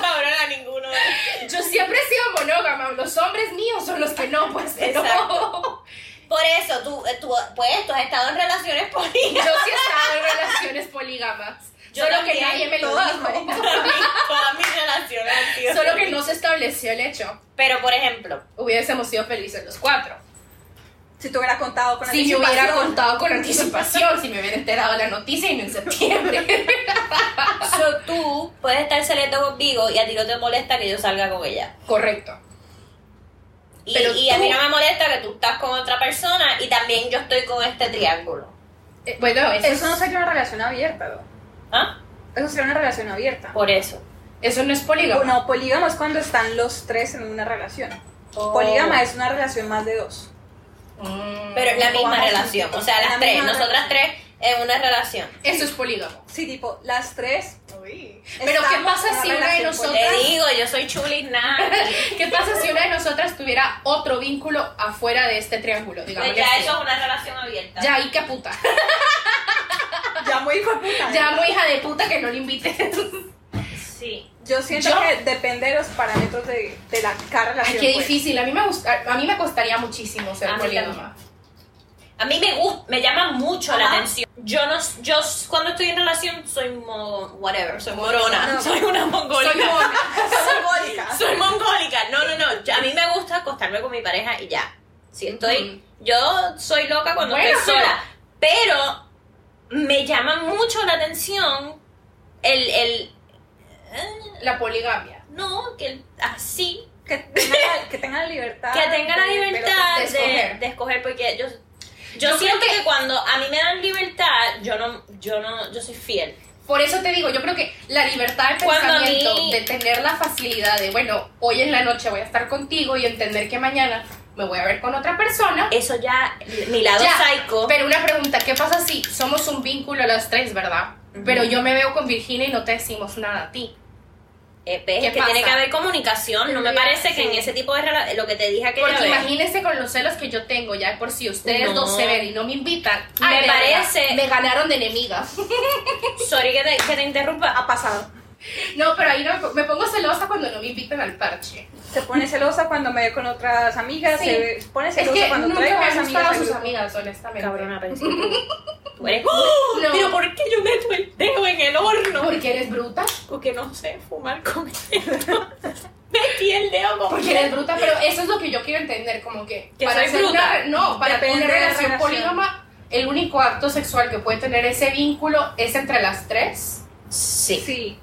S3: Cabrona, ninguno.
S2: Yo siempre he sido monógama. Los hombres míos son los que no, pues no.
S3: Exacto. Por eso, tú, tú, pues, tú has estado en relaciones
S2: Yo
S3: polígamas.
S2: sí he estado en relaciones polígamas.
S3: Yo
S2: solo
S3: también,
S2: que nadie me lo
S1: todas,
S2: dijo.
S3: Todas mis- Todas mis relaciones han sido
S2: Solo que no se estableció el hecho.
S3: Pero, por ejemplo,
S2: Hubiésemos sido felices los cuatro.
S1: Si te hubiera contado con
S2: Si me hubiera
S1: anticipación.
S2: contado con anticipación, si me hubiera enterado la noticia y no en septiembre.
S3: so, tú puedes estar saliendo conmigo y a ti no te molesta que yo salga con ella.
S2: Correcto.
S3: Y,
S2: Pero
S3: y a mí
S2: tú-
S3: no me molesta que tú estás con otra persona y también yo estoy con este triángulo.
S2: Eh, Bueno, eso,
S1: Eso no sería una relación abierta, weón.
S3: ¿Ah?
S1: Eso sería una relación abierta.
S3: Por eso.
S2: Eso no es polígamo.
S1: No, polígamo es cuando están los tres en una relación.
S2: Oh.
S1: Polígama es una relación más de dos.
S2: Mm.
S3: Pero es la
S1: Como
S3: misma
S1: ambas
S3: relación, o
S1: juntas.
S3: sea,
S1: La
S3: las tres,
S1: misma
S3: nosotras tres en una relación.
S2: Eso es polígamo.
S1: Sí, tipo, las tres.
S2: Pero ¿qué
S1: estamos
S2: pasa
S1: en
S2: si una de
S1: relación
S2: nosotras-
S1: polígama.
S3: Te digo, yo soy chulina.
S2: ¿Qué pasa si una de nosotras tuviera otro vínculo afuera de este triángulo? Digamos
S3: Pues ya eso es una relación abierta.
S2: Ya, y qué puta.
S1: Ya muy hijo de puta. ¿eh?
S2: Llamo hija de puta que no le invite.
S3: Sí.
S1: Yo siento
S2: Yo-
S1: que depende de los parámetros de, de la cada
S2: Ay,
S1: relación.
S2: qué
S1: pues.
S2: difícil. A mí me gusta, a mí me costaría muchísimo
S3: A
S2: ser
S3: mí
S2: polígama.
S3: A mí me gusta, me llama mucho la
S1: Ajá.
S3: atención. Yo no, yo s- cuando estoy en relación soy mo, whatever, soy morona,
S1: No.
S3: soy una
S2: Soy
S3: mongólica.
S2: mona.
S1: Simbólica.
S3: Soy mongólica. No, no, no. Yo- A mí me gusta acostarme con mi pareja y ya. Si estoy. Yo soy loca cuando
S2: Bueno,
S3: estoy sola. Pero me llama mucho la atención el. el eh,
S2: La poligamia.
S3: no, que el- así.
S1: Que tenga, la, que tenga la libertad.
S3: Que tenga la
S1: de- pero-
S3: libertad
S2: Ah, de
S3: de,
S2: escoger.
S3: de escoger, porque yo. Yo,
S2: Yo creo
S3: siento
S2: que-
S3: que, cuando a mí me dan libertad, yo no, yo no, yo soy fiel.
S2: Por eso te digo, yo creo que la libertad de
S3: Cuando a mí-
S2: pensamiento, de tener la facilidad de, bueno, hoy en la noche voy a estar contigo y entender que mañana me voy a ver con otra persona.
S3: Eso ya, mi lado
S2: Ya,
S3: psycho.
S2: Pero una pregunta, ¿qué pasa si somos un vínculo las tres, verdad?
S3: Ujú.
S2: Pero yo me veo con Virginia y no te decimos nada a ti.
S3: Eh, ves,
S2: ¿Qué
S3: es que
S2: pasa?
S3: tiene que haber comunicación. No me
S1: Tendría-
S3: parece que
S1: sí.
S3: en ese tipo de relación, lo que te dije aquella
S2: Porque
S3: vez,
S2: imagínense con los celos que yo tengo ya de por si ustedes
S3: No.
S2: dos se ven y no me invitan.
S3: Me
S2: Ay,
S3: parece-
S2: Me ganaron de enemiga.
S3: sorry que te, que te interrumpa,
S1: Ha pasado.
S2: No, pero ahí no, me pongo celosa cuando no me invitan al parche.
S1: Se pone celosa cuando me ve con otras amigas.
S2: Sí.
S1: Se ve- pone
S2: Es
S1: Ah, celosa
S2: que
S1: cuando
S2: nunca me
S1: trae más
S2: han gustado
S1: amigas.
S2: sus
S1: al grupo.
S2: amigas, honestamente.
S3: cabrona, pero es que tú- tú eres... ¡Oh!
S2: No.
S3: Pero ¿por qué yo meto el dedo en el horno?
S2: Porque eres bruta.
S3: Porque no sé fumar con el dedo. Metí el dedo como...
S2: Porque eres bruta, pero eso es lo que yo quiero entender, como que...
S3: ¿Que soy
S2: hacer
S3: bruta?
S2: una- no, para
S1: Depende
S2: tener
S1: de la
S2: relación
S1: relación.
S2: polígama, el único acto sexual que puede tener ese vínculo es entre las tres.
S3: Sí.
S1: Sí.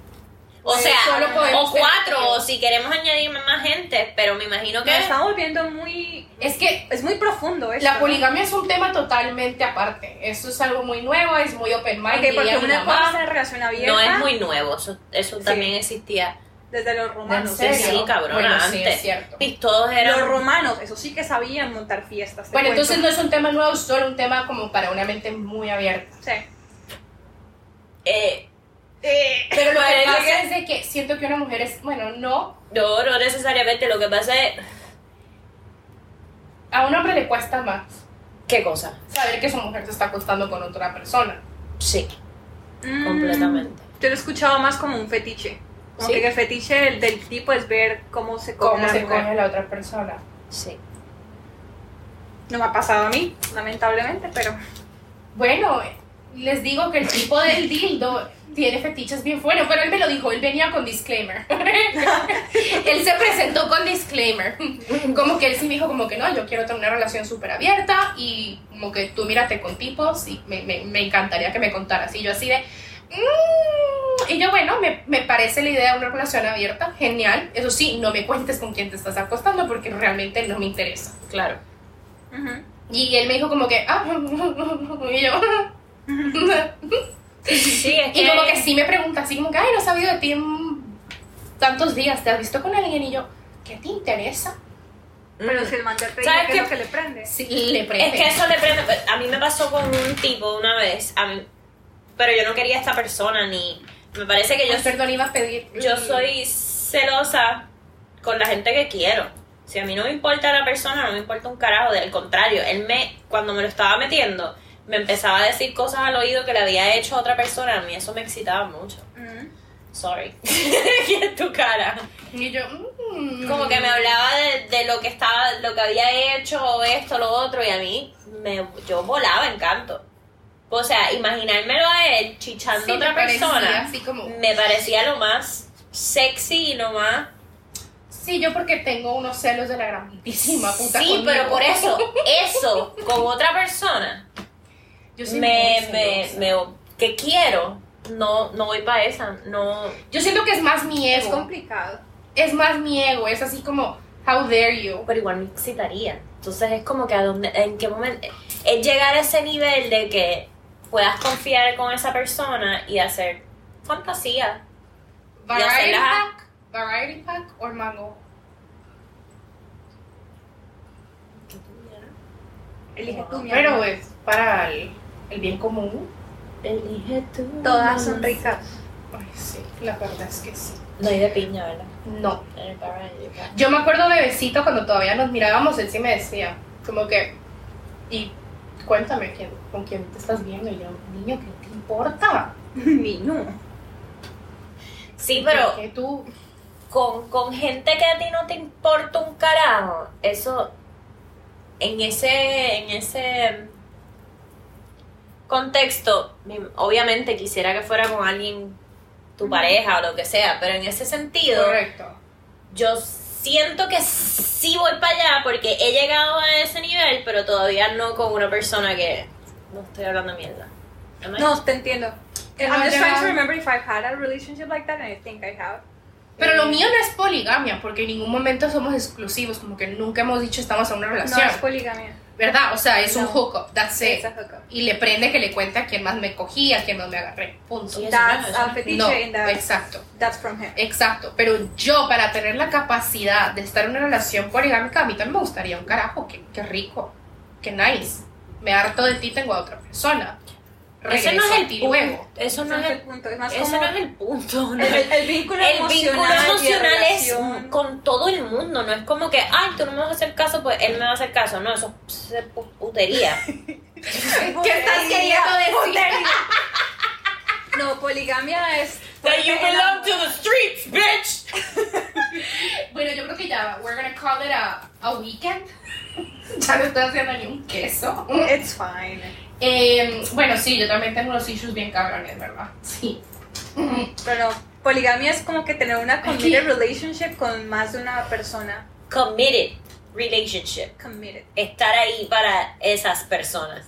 S3: O
S1: Pues
S3: sea,
S2: solo podemos
S3: Ah, o
S2: tener-
S3: cuatro, o si queremos añadir más gente, pero me imagino que...
S1: Nos estamos volviendo muy.
S2: Es que
S1: Es muy profundo esto.
S2: la
S1: ¿no?
S2: poligamia es un tema totalmente aparte. Esto es algo muy nuevo, es muy open
S1: Ok,
S2: mind.
S1: porque
S2: diría mi
S1: una
S2: mamá.
S1: cosa es la relación abierta.
S3: No es muy nuevo, eso, eso
S1: Sí.
S3: también existía.
S1: Desde los romanos.
S2: ¿En
S3: Sí,
S2: serio?
S3: sí, cabrona,
S2: Bueno, sí,
S3: antes.
S2: es cierto.
S3: Y todos eran...
S1: Los romanos, eso sí que sabían montar fiestas. te
S2: Bueno,
S1: cuento.
S2: entonces no es un tema nuevo, es solo un tema como para una mente muy abierta.
S1: Sí.
S3: eh,
S2: Pero lo que
S3: Parece
S2: pasa
S3: que-
S2: es de que siento que una mujer es, bueno, no,
S3: No, no necesariamente. Lo que pasa es.
S2: a un hombre le cuesta más
S3: ¿Qué cosa?
S2: saber que su mujer se está acostando con otra persona.
S3: Sí,
S1: Mm,
S3: completamente.
S1: Yo lo escuchaba más como un fetiche. Como
S3: Sí.
S1: que el fetiche del, del tipo es ver cómo se come
S2: Cómo
S1: la
S2: se
S1: mujer.
S2: coge a la otra persona.
S3: Sí.
S1: No me ha pasado a mí, lamentablemente, pero
S2: Bueno, les digo que el tipo del dildo tiene fetiches bien fuertes, pero él me lo dijo, él venía con disclaimer. él se presentó con disclaimer. Como que él sí me dijo como que no, yo quiero tener una relación súper abierta y como que tú mírate con tipos y me, me- me encantaría que me contaras. Y yo así de... "Mm". Y yo, bueno, me, me parece la idea de una relación abierta, genial. Eso sí, no me cuentes con quién te estás acostando porque realmente no me interesa.
S3: Claro.
S1: ujú.
S2: Y él me dijo como que... Ah, y yo...
S3: Sí, es
S2: Y como que sí me pregunta, así como que, ay, no he sabido de ti en tantos días, ¿te has visto con alguien? Y yo, ¿qué te interesa?
S1: pero si el mandarte
S3: ¿Sabes
S1: que
S3: qué?
S1: es lo que le prende.
S2: Sí, le
S3: Mm. Es
S2: prende.
S3: que eso le prende. A mí me pasó con un tipo una vez. A mí, pero yo no quería a esta persona ni. Me parece que yo,
S2: Ay, perdón, iba a pedir.
S3: Pues, yo soy celosa con la gente que quiero. Si a mí no me importa la persona, no me importa un carajo. Al contrario, él me. Cuando me lo estaba metiendo, me empezaba a decir cosas al oído que le había hecho a otra persona. A mí eso me excitaba mucho.
S1: Ujú.
S3: Sorry. ¿Qué es tu cara?
S2: Y yo, mm.
S3: Como que me hablaba de, de lo que estaba, lo que había hecho, o esto, lo otro, y a mí me, yo volaba en canto. O sea, imaginármelo a él chichando
S2: Sí,
S3: a otra
S2: me parecía
S3: persona
S2: Así como,
S3: me parecía lo más sexy y lo más.
S2: sí, yo porque tengo unos celos de la grandísima puta.
S3: sí,
S2: conmigo.
S3: pero por eso, eso, con otra persona,
S2: Yo soy
S3: me,
S2: muy
S3: me,
S2: celosa.
S3: me, que quiero, no, no voy para esa, no.
S2: Yo siento que es más mi
S1: Es
S2: ego.
S1: complicado.
S2: Es más mi ego. Es así como, how dare you.
S3: pero igual me excitaría. Entonces es como que a dónde, en qué momento, es llegar a ese nivel de que puedas confiar con esa persona y hacer fantasía. Y
S2: Variety
S3: hacerlas a-
S2: pack, variety pack o mango.
S1: Elige tú, mi
S2: Pero
S1: amor.
S2: es para el, el bien común.
S3: Elige tú.
S1: Todas son ricas.
S2: Ay, sí, la verdad es que sí.
S3: No hay de piña, ¿verdad?
S2: No.
S3: En el variety pack.
S2: Yo me acuerdo bebecito cuando todavía nos mirábamos, él sí me decía, como que, y cuéntame ¿quién- con quién te estás viendo. Y yo, niño, ¿qué te importa?
S1: Niño.
S3: Sí, pero
S2: Que tú,
S3: con, con gente que a ti no te importa un carajo, eso en ese, en ese contexto, mi- obviamente quisiera que fuera con alguien, tu pareja o lo que sea, pero en ese sentido,
S2: correcto.
S3: yo siento que sí voy para allá porque he llegado a ese nivel, pero todavía no con una persona que no estoy hablando mierda. Am I?
S1: No, te entiendo. I'm
S2: Ah,
S1: just
S2: ya.
S1: trying to remember if I've had a relationship like that, and I think I have.
S2: Pero
S1: Eh.
S2: lo mío no es poligamia, porque en ningún momento somos exclusivos, como que nunca hemos dicho estamos en una
S1: No
S2: relación,
S1: es poligamia.
S2: ¿verdad? O sea, es un
S1: No.
S2: hookup, that's it.
S1: It's a hookup.
S2: Y le prende que le cuenta quién más me cogía, quién más me agarré, punto.
S3: Sí, Eso
S1: That's
S3: no, eso
S1: a fetiche,
S2: No,
S1: and that's,
S2: exacto,
S1: that's from him.
S2: exacto. Pero yo, para tener la capacidad de estar en una relación poligámica, a mí también me gustaría un carajo, qué, qué rico, qué nice. Me harto de ti, tengo a otra persona.
S3: Ese no
S2: Regreso
S3: es
S2: a
S3: el
S2: ti
S3: punto.
S2: luego.
S3: Eso no
S1: Ese es
S3: es el,
S1: el punto. Es más
S3: ese
S1: como
S3: no es el punto. no.
S1: el, el vínculo
S3: El vínculo
S1: emocional, y de
S3: emocional es
S1: relación.
S3: con todo el mundo, no es como que, ay, tú no me vas a hacer caso, pues él me va a hacer caso, no, eso es pu- putería.
S1: ¿Qué
S2: estás queriendo decir?
S1: No, poligamia es.
S3: the streets, bitch.
S2: Bueno, yo creo que ya, we're gonna call it a, a weekend. ya no estoy haciendo ni un queso.
S1: It's fine.
S2: Eh, bueno, sí, yo también tengo unos issues bien cabrones, ¿verdad? Sí.
S1: Pero poligamia es como que tener una committed
S2: Aquí.
S1: relationship con más de una persona.
S3: Committed relationship.
S1: Committed.
S3: Estar ahí para esas personas.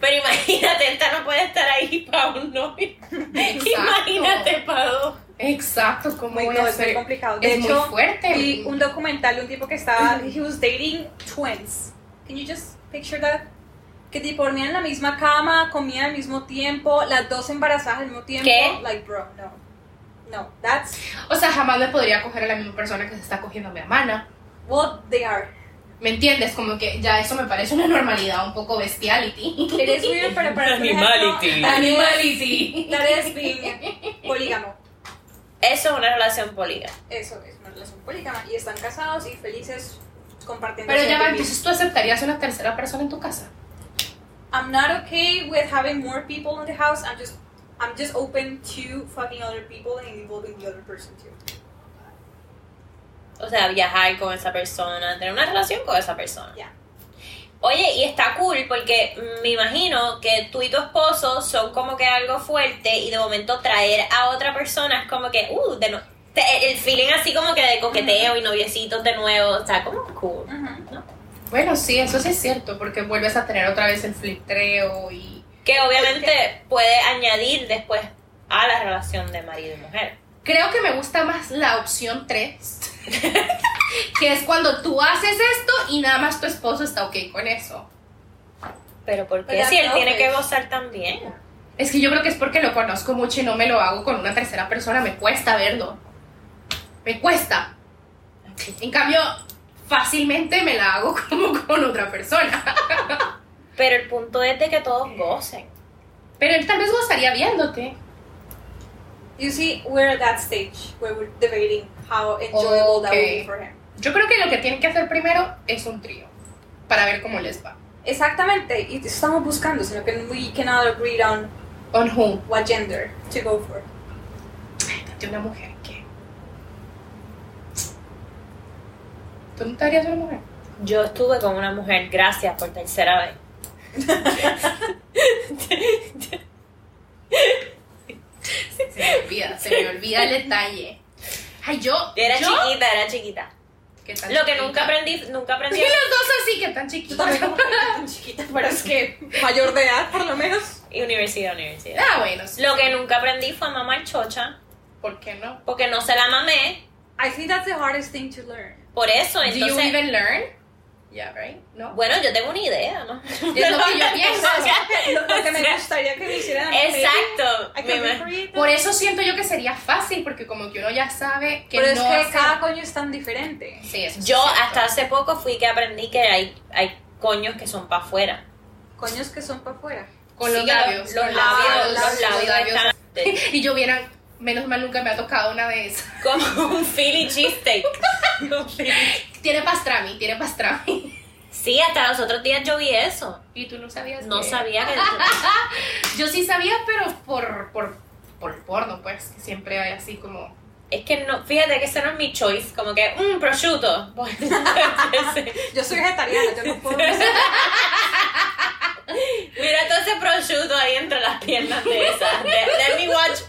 S3: Pero imagínate, esta no puede estar ahí para un novio. Imagínate para dos.
S2: Exacto, como
S1: Muy,
S2: voy
S1: no,
S2: a
S1: es muy
S2: hacer-
S1: complicado. De
S2: Es
S1: hecho,
S2: muy fuerte.
S1: vi un documental de un tipo que estaba, he was dating twins. Can you just picture that? Que tipo dormían en la misma cama, comían al mismo tiempo, las dos embarazadas al mismo tiempo.
S3: ¿Qué?
S1: Like, bro, no. No, that's
S2: O sea, jamás me podría coger a la misma persona que se está cogiendo a mi hermana.
S1: what they are.
S2: ¿Me entiendes? Como que ya eso me parece una normalidad un poco bestiality.
S1: It is weird, pero para por ejemplo,
S3: Animality.
S1: that is-
S2: Animality.
S1: That is being polígamo.
S3: Eso es una relación polígama.
S1: Eso es una relación polígama. Y están casados y felices compartiendo
S2: Pero
S1: su
S2: ya va,
S1: vivir.
S2: entonces tú aceptarías una tercera persona en tu casa.
S1: I'm not okay with having more people in the house. I'm just I'm just open to fucking other people and involving the other person too.
S3: O sea, viajar con esa persona, tener una relación con esa persona.
S1: Ya.
S3: Oye, y está cool porque me imagino que tú y tu esposo son como que algo fuerte y de momento traer a otra persona es como que, uh, de no- te- el feeling así como que de coqueteo y noviecitos de nuevo, o sea, como cool.
S1: Mm-hmm.
S2: Bueno, sí, eso sí es cierto, porque vuelves a tener otra vez el flirtreo y...
S3: Que obviamente puede añadir después a la relación de marido y mujer.
S2: Creo que me gusta más la opción 3, que es cuando tú haces esto y nada más tu esposo está ok con eso.
S3: Pero porque
S1: Pero
S3: si él
S1: no,
S3: tiene
S1: pues.
S3: que gozar también.
S2: Es que yo creo que es porque lo conozco mucho y no me lo hago con una tercera persona, me cuesta verlo. Me cuesta. En cambio, fácilmente me la hago como con otra persona.
S3: Pero el punto es de que todos gocen.
S2: Pero él tal vez gozaría viéndote.
S1: You see, we're at that stage where we're debating how enjoyable that will
S2: Okay.
S1: be for him.
S2: Yo creo que lo que tienen que hacer primero es un trío, para ver cómo les va.
S1: Exactamente, y estamos buscando, sino que we cannot agree on
S2: On whom?
S1: what gender to go for.
S2: de una mujer que. ¿Tú no te harías una mujer?
S3: Yo estuve con una mujer, gracias por tercera vez.
S2: Se me olvida, se me olvida el detalle. Ay, yo.
S3: Era
S2: yo,
S3: chiquita, era chiquita.
S2: ¿qué tan
S3: Lo que
S2: chiquita?
S3: nunca aprendí, nunca aprendí.
S2: Sí, los dos así, que tan
S1: Yo
S2: chiquitos.
S1: también como que tan chiquita, pero es que mayor de edad por lo menos.
S3: Y universidad, universidad.
S2: Ah, bueno, sí.
S3: Lo que nunca aprendí fue a mamar chocha,
S2: ¿Por qué no?
S3: porque no se la mamé.
S1: I think that's the hardest thing to learn.
S3: Por eso,
S2: Do you
S3: entonces.
S2: even learn? Yeah, right? No.
S3: Bueno, yo tengo una idea, ¿no?
S2: Es lo que yo pienso.
S3: O sea,
S1: Lo que me gustaría que me hicieran.
S3: Exacto.
S1: Hay
S3: Me
S1: que
S3: ima-
S2: Por eso siento yo que sería fácil, porque como que uno ya sabe que
S1: Pero es
S2: no
S1: que
S2: hacer-
S1: cada coño es tan diferente.
S2: Sí, eso sí
S3: Yo
S2: es cierto.
S3: hasta hace poco fui que aprendí que hay, hay coños que son para afuera.
S1: Coños que son para afuera.
S2: Con
S3: Sí,
S2: los
S3: que
S2: labios. Ah,
S3: Los
S2: con
S3: labios,
S1: los
S3: los labios están-
S2: Y yo vieran, menos mal nunca me ha tocado una de esas.
S3: como un Philly cheesesteak.
S2: Tiene pastrami, tiene pastrami.
S3: Sí, hasta los otros días yo vi eso.
S2: Y tú no sabías
S3: No
S2: que-
S3: sabía que.
S2: Yo sí sabía, pero por, por, por porno, pues. que Siempre hay así como...
S3: Es que no, fíjate que ese no es mi choice. Como que, un prosciutto.
S1: Yo soy vegetariana, yo no puedo.
S3: Mira todo ese prosciutto ahí entre las piernas de esa. Let me watch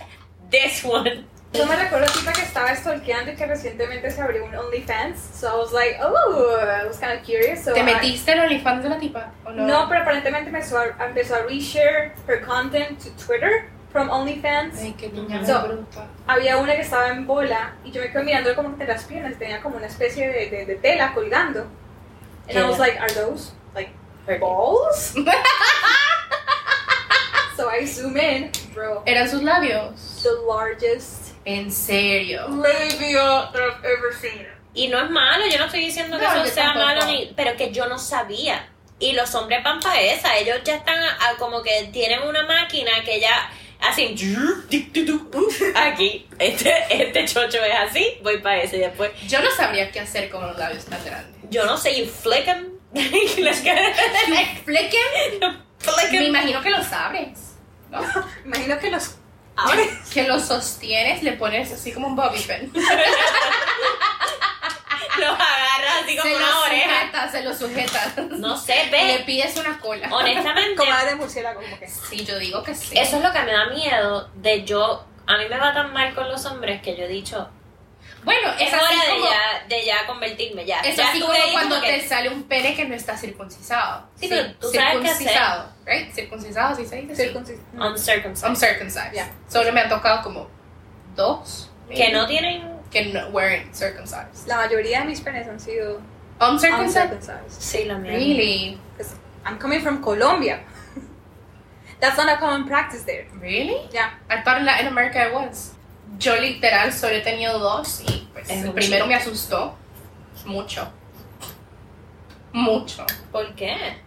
S3: this one.
S1: Yo me recuerdo chica que estaba stalkeando y que recientemente se abrió un OnlyFans. So I was like, oh, I was kind of curious. So
S2: ¿Te
S1: I-
S2: metiste en OnlyFans de la tipa? ¿o no?
S1: No, pero aparentemente empezó a, empezó a reshare her content to Twitter from OnlyFans.
S2: Ay, qué niña
S1: So-
S2: más bruta.
S1: Había una que estaba en bola y yo me quedé mirando como que las piernas tenía como una especie de, de, de tela colgando. And I was like, are those like balls? so I zoom in, bro.
S2: ¿Eran sus labios?
S1: The largest
S2: En serio.
S1: labia that I've ever seen.
S3: Y no es malo, yo no estoy diciendo que
S2: No,
S3: eso
S2: yo
S3: sea
S2: tampoco.
S3: malo, ni, pero que yo no sabía. Y los hombres van para esa, ellos ya están a- a como que tienen una máquina que ya hacen yu, di, du, du, uh, aquí. Este, este chocho es así, voy para ese. Y después,
S2: Yo no sabría qué hacer con los labios tan grandes.
S3: yo no sé, you flick 'em. Los que-
S2: Flequen,
S3: flick
S2: me
S3: 'em.
S2: imagino que los abres. ¿no?
S1: Imagino que los
S3: Ahora,
S2: Que los sostienes, le pones así como un bobby pin.
S3: los agarras así como
S2: se
S3: una
S2: los
S3: oreja.
S2: sujeta, se los sujeta.
S3: No sé,
S2: Le
S3: ve,
S2: pides una cola.
S3: honestamente.
S1: como de murciélago, como que.
S2: Sí, yo digo que sí.
S3: Eso es lo que me da miedo de yo. A mí me va tan mal con los hombres que yo he dicho,
S2: Bueno, es,
S3: Es
S2: así
S3: hora de
S2: como,
S3: ya, de ya convertirme, ya.
S2: es
S3: ya
S2: así
S3: estuve
S2: como
S3: ahí
S2: cuando
S3: como que-
S2: te sale un pene que no está circuncisado.
S3: Sí, pero tú sabes qué hacer.
S2: circuncisado, right? Circuncisado, sí se dice. Sí.
S1: Circuncis-
S3: Uncircumcised.
S2: I'm circumcised.
S1: Yeah.
S2: Solo me han tocado como dos.
S3: Que
S2: maybe,
S3: no tienen.
S2: Que no weren't circumcised.
S1: La mayoría de mis penes han sido
S2: I'm circumcised.
S1: uncircumcised.
S3: Sí, la mía.
S2: Really?
S1: 'Cause I'm coming from Colombia. That's not a common practice there.
S2: Really?
S1: Yeah.
S2: I thought in Latin America it was. Yo literal solo he tenido dos y pues
S3: Es
S2: el
S3: mucho.
S2: primero me asustó mucho. Mucho.
S3: ¿Por qué?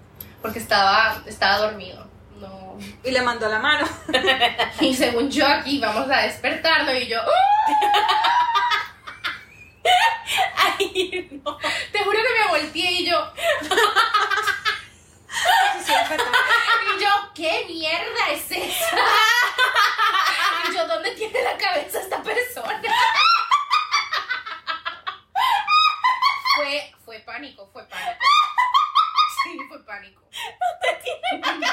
S2: Porque estaba, estaba dormido. No.
S1: Y le mandó la mano.
S2: Y según yo aquí vamos a despertarlo y yo, ¡uh!
S3: Ay, no.
S2: te juro que me volteé y yo,
S1: Sí, es verdad.
S2: y yo, ¿qué mierda es esa? Y yo, ¿dónde tiene la cabeza esta persona? Fue, fue pánico, fue pánico. Sí, fue pánico. Fue pánico.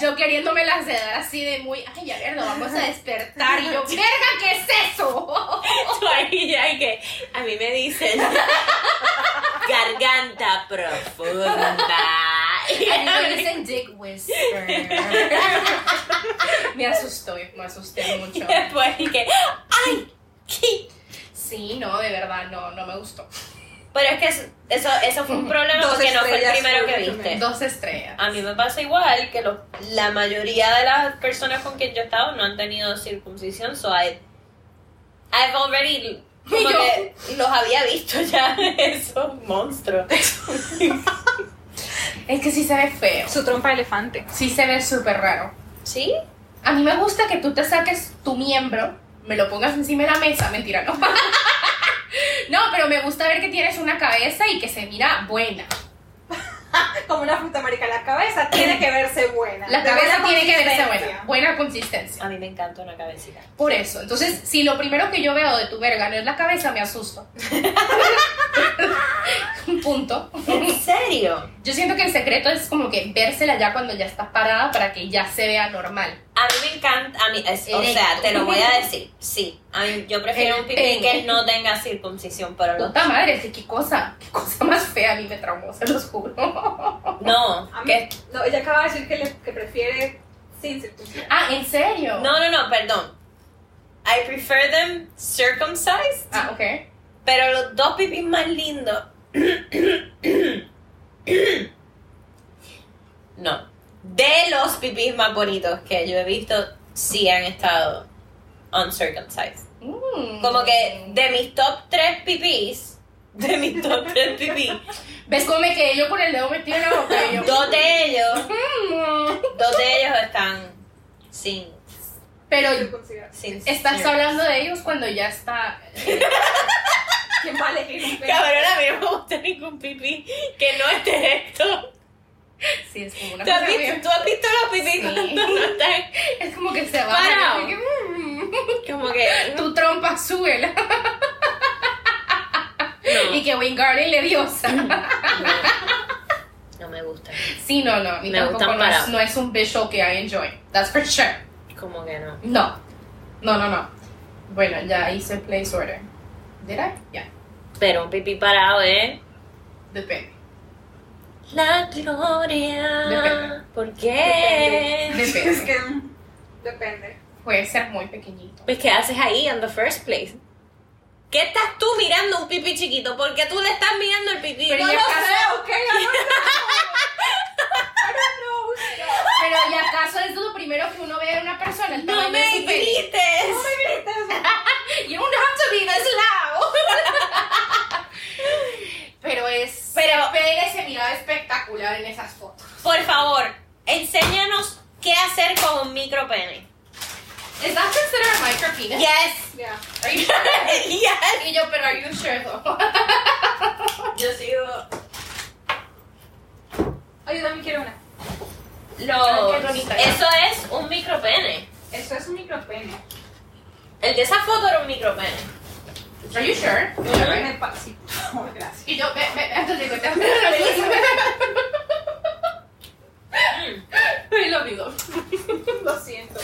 S2: Yo queriéndome la sedar así de muy, ay, ya verlo, vamos a despertar. Y yo, verga, ¿qué es eso?
S3: Tú ahí ya y que. A mí me dicen. Garganta profunda.
S2: And me dicen dick whisper. me asustó, me asusté
S3: Y
S2: mucho.
S3: después y que. ¡Ay! ¿qué?
S2: Sí, no, de verdad, no, no me gustó.
S3: Pero es que eso- eso, eso fue un problema
S1: Dos
S3: porque no fue el
S1: estrellas
S3: primero que
S1: públicamente.
S3: viste.
S2: Dos estrellas.
S3: A mí me pasa igual que lo- la mayoría de las personas con quien yo he estado no han tenido circuncisión, so I, I've already como
S2: Y yo-
S3: que los había visto ya esos monstruos.
S2: Es que sí se ve feo.
S1: Su trompa de elefante.
S2: Sí se ve súper raro.
S3: ¿Sí?
S2: A mí me gusta que tú te saques tu miembro, me lo pongas encima de la mesa, mentira, no. no, pero me gusta ver que tienes una cabeza y que se mira buena.
S1: Como una fruta marica, la cabeza tiene que verse buena.
S2: La
S1: De
S2: cabeza
S1: buena
S2: tiene que verse
S1: consistencia.
S2: buena, buena consistencia.
S3: A mí me encanta una cabecita.
S2: Por eso, entonces, si lo primero que yo veo de tu verga no es la cabeza, me asusto. Punto.
S3: ¿En serio?
S2: Yo siento que el secreto es como que vérsela ya cuando ya estás parada para que ya se vea normal.
S3: A mí me encanta, a mí, es- o sea, te lo voy a decir, sí. A mí, yo prefiero
S2: El
S3: un pipí que
S2: pene.
S3: no tenga circuncisión, pero los...
S2: Puta madre, sí, qué cosa, qué cosa más fea a mí me traumó, se los juro.
S3: No,
S1: A mí-
S3: que...
S1: No, ella acaba de decir que, le- que prefiere sin circuncisión.
S2: Ah, ¿en serio?
S3: No, no, no, perdón. I prefer them circumcised
S2: Ah, ok.
S3: Pero los dos pipis más lindos. no. De los pipis más bonitos que yo he visto, sí han estado uncircumcised.
S2: Mm.
S3: Como que de mis top tres pipis, de mis top tres pipis,
S2: ¿Ves cómo me quedé yo con el dedo metido en la boca? Y yo,
S3: dos de ellos,
S2: mm.
S3: dos de ellos están sin.
S2: Pero
S1: Yo considero.
S3: sin
S2: estás
S3: sin-
S2: hablando de ellos cuando ya está.
S1: ¿Quién va a elegir un pene?
S3: Cabrona, a mí no me gusta ningún pipí que no esté recto.
S2: Sí, es como una
S3: ¿Tú has
S2: cosa
S3: visto,
S2: bien.
S3: tú has visto los pipí
S2: Sí.
S3: cuando no están?
S2: Es como que se va.
S3: Parado.
S2: y yo, mm,
S3: Como que.
S2: Tu trompa súbela.
S3: No,
S2: Y que Wayne Garden le diosa.
S3: no me gusta.
S2: Sí, no, no. a mí
S3: Me
S2: tampoco
S3: gustan
S2: no, es-
S3: parados.
S2: no es un visual que I enjoy. That's for sure.
S3: Como que no.
S2: No. No, no, no. Bueno, ya hice place order. ¿Did I? Yeah.
S3: Pero un pipí parado es.
S2: Depende.
S3: La gloria.
S2: Depende.
S3: ¿Por qué?
S1: Es
S2: Depende.
S1: que mm, depende.
S2: Puede ser muy pequeñito.
S3: Pues, ¿qué haces ahí en the first place? ¿Qué estás tú mirando un pipí chiquito? Porque tú le estás mirando el pipí.
S2: Pero
S3: No
S2: ya
S3: lo
S2: casi-
S3: sé.
S1: Ok, I don't know. I don't know.
S2: Pero ¿y acaso es lo primero que uno ve de una persona? El
S3: No
S2: tamaño de
S3: me
S2: su pene?
S3: grites.
S2: You don't have to be this loud. Pero es.
S3: Pero-
S2: Pérez se miraba espectacular en esas fotos.
S3: Por favor, enséñanos qué hacer con un micro pene.
S2: ¿Es that considered a micro penis?
S3: Yes.
S1: Yeah.
S2: Are you-
S3: yes.
S2: y yo, pero are you sure though?
S3: Yo sigo
S1: Ay, yo también quiero una.
S2: Ay, qué
S3: los.
S2: bonita.
S3: Eso es un micro pene.
S1: Eso es un micropene.
S3: El de esa foto era un micro pene.
S2: Are you sure?
S1: Dame el pa- sí, por favor, gracias.
S2: Y yo, ve, ve, antes de contarme la cosa. Y lo digo.
S1: Lo siento.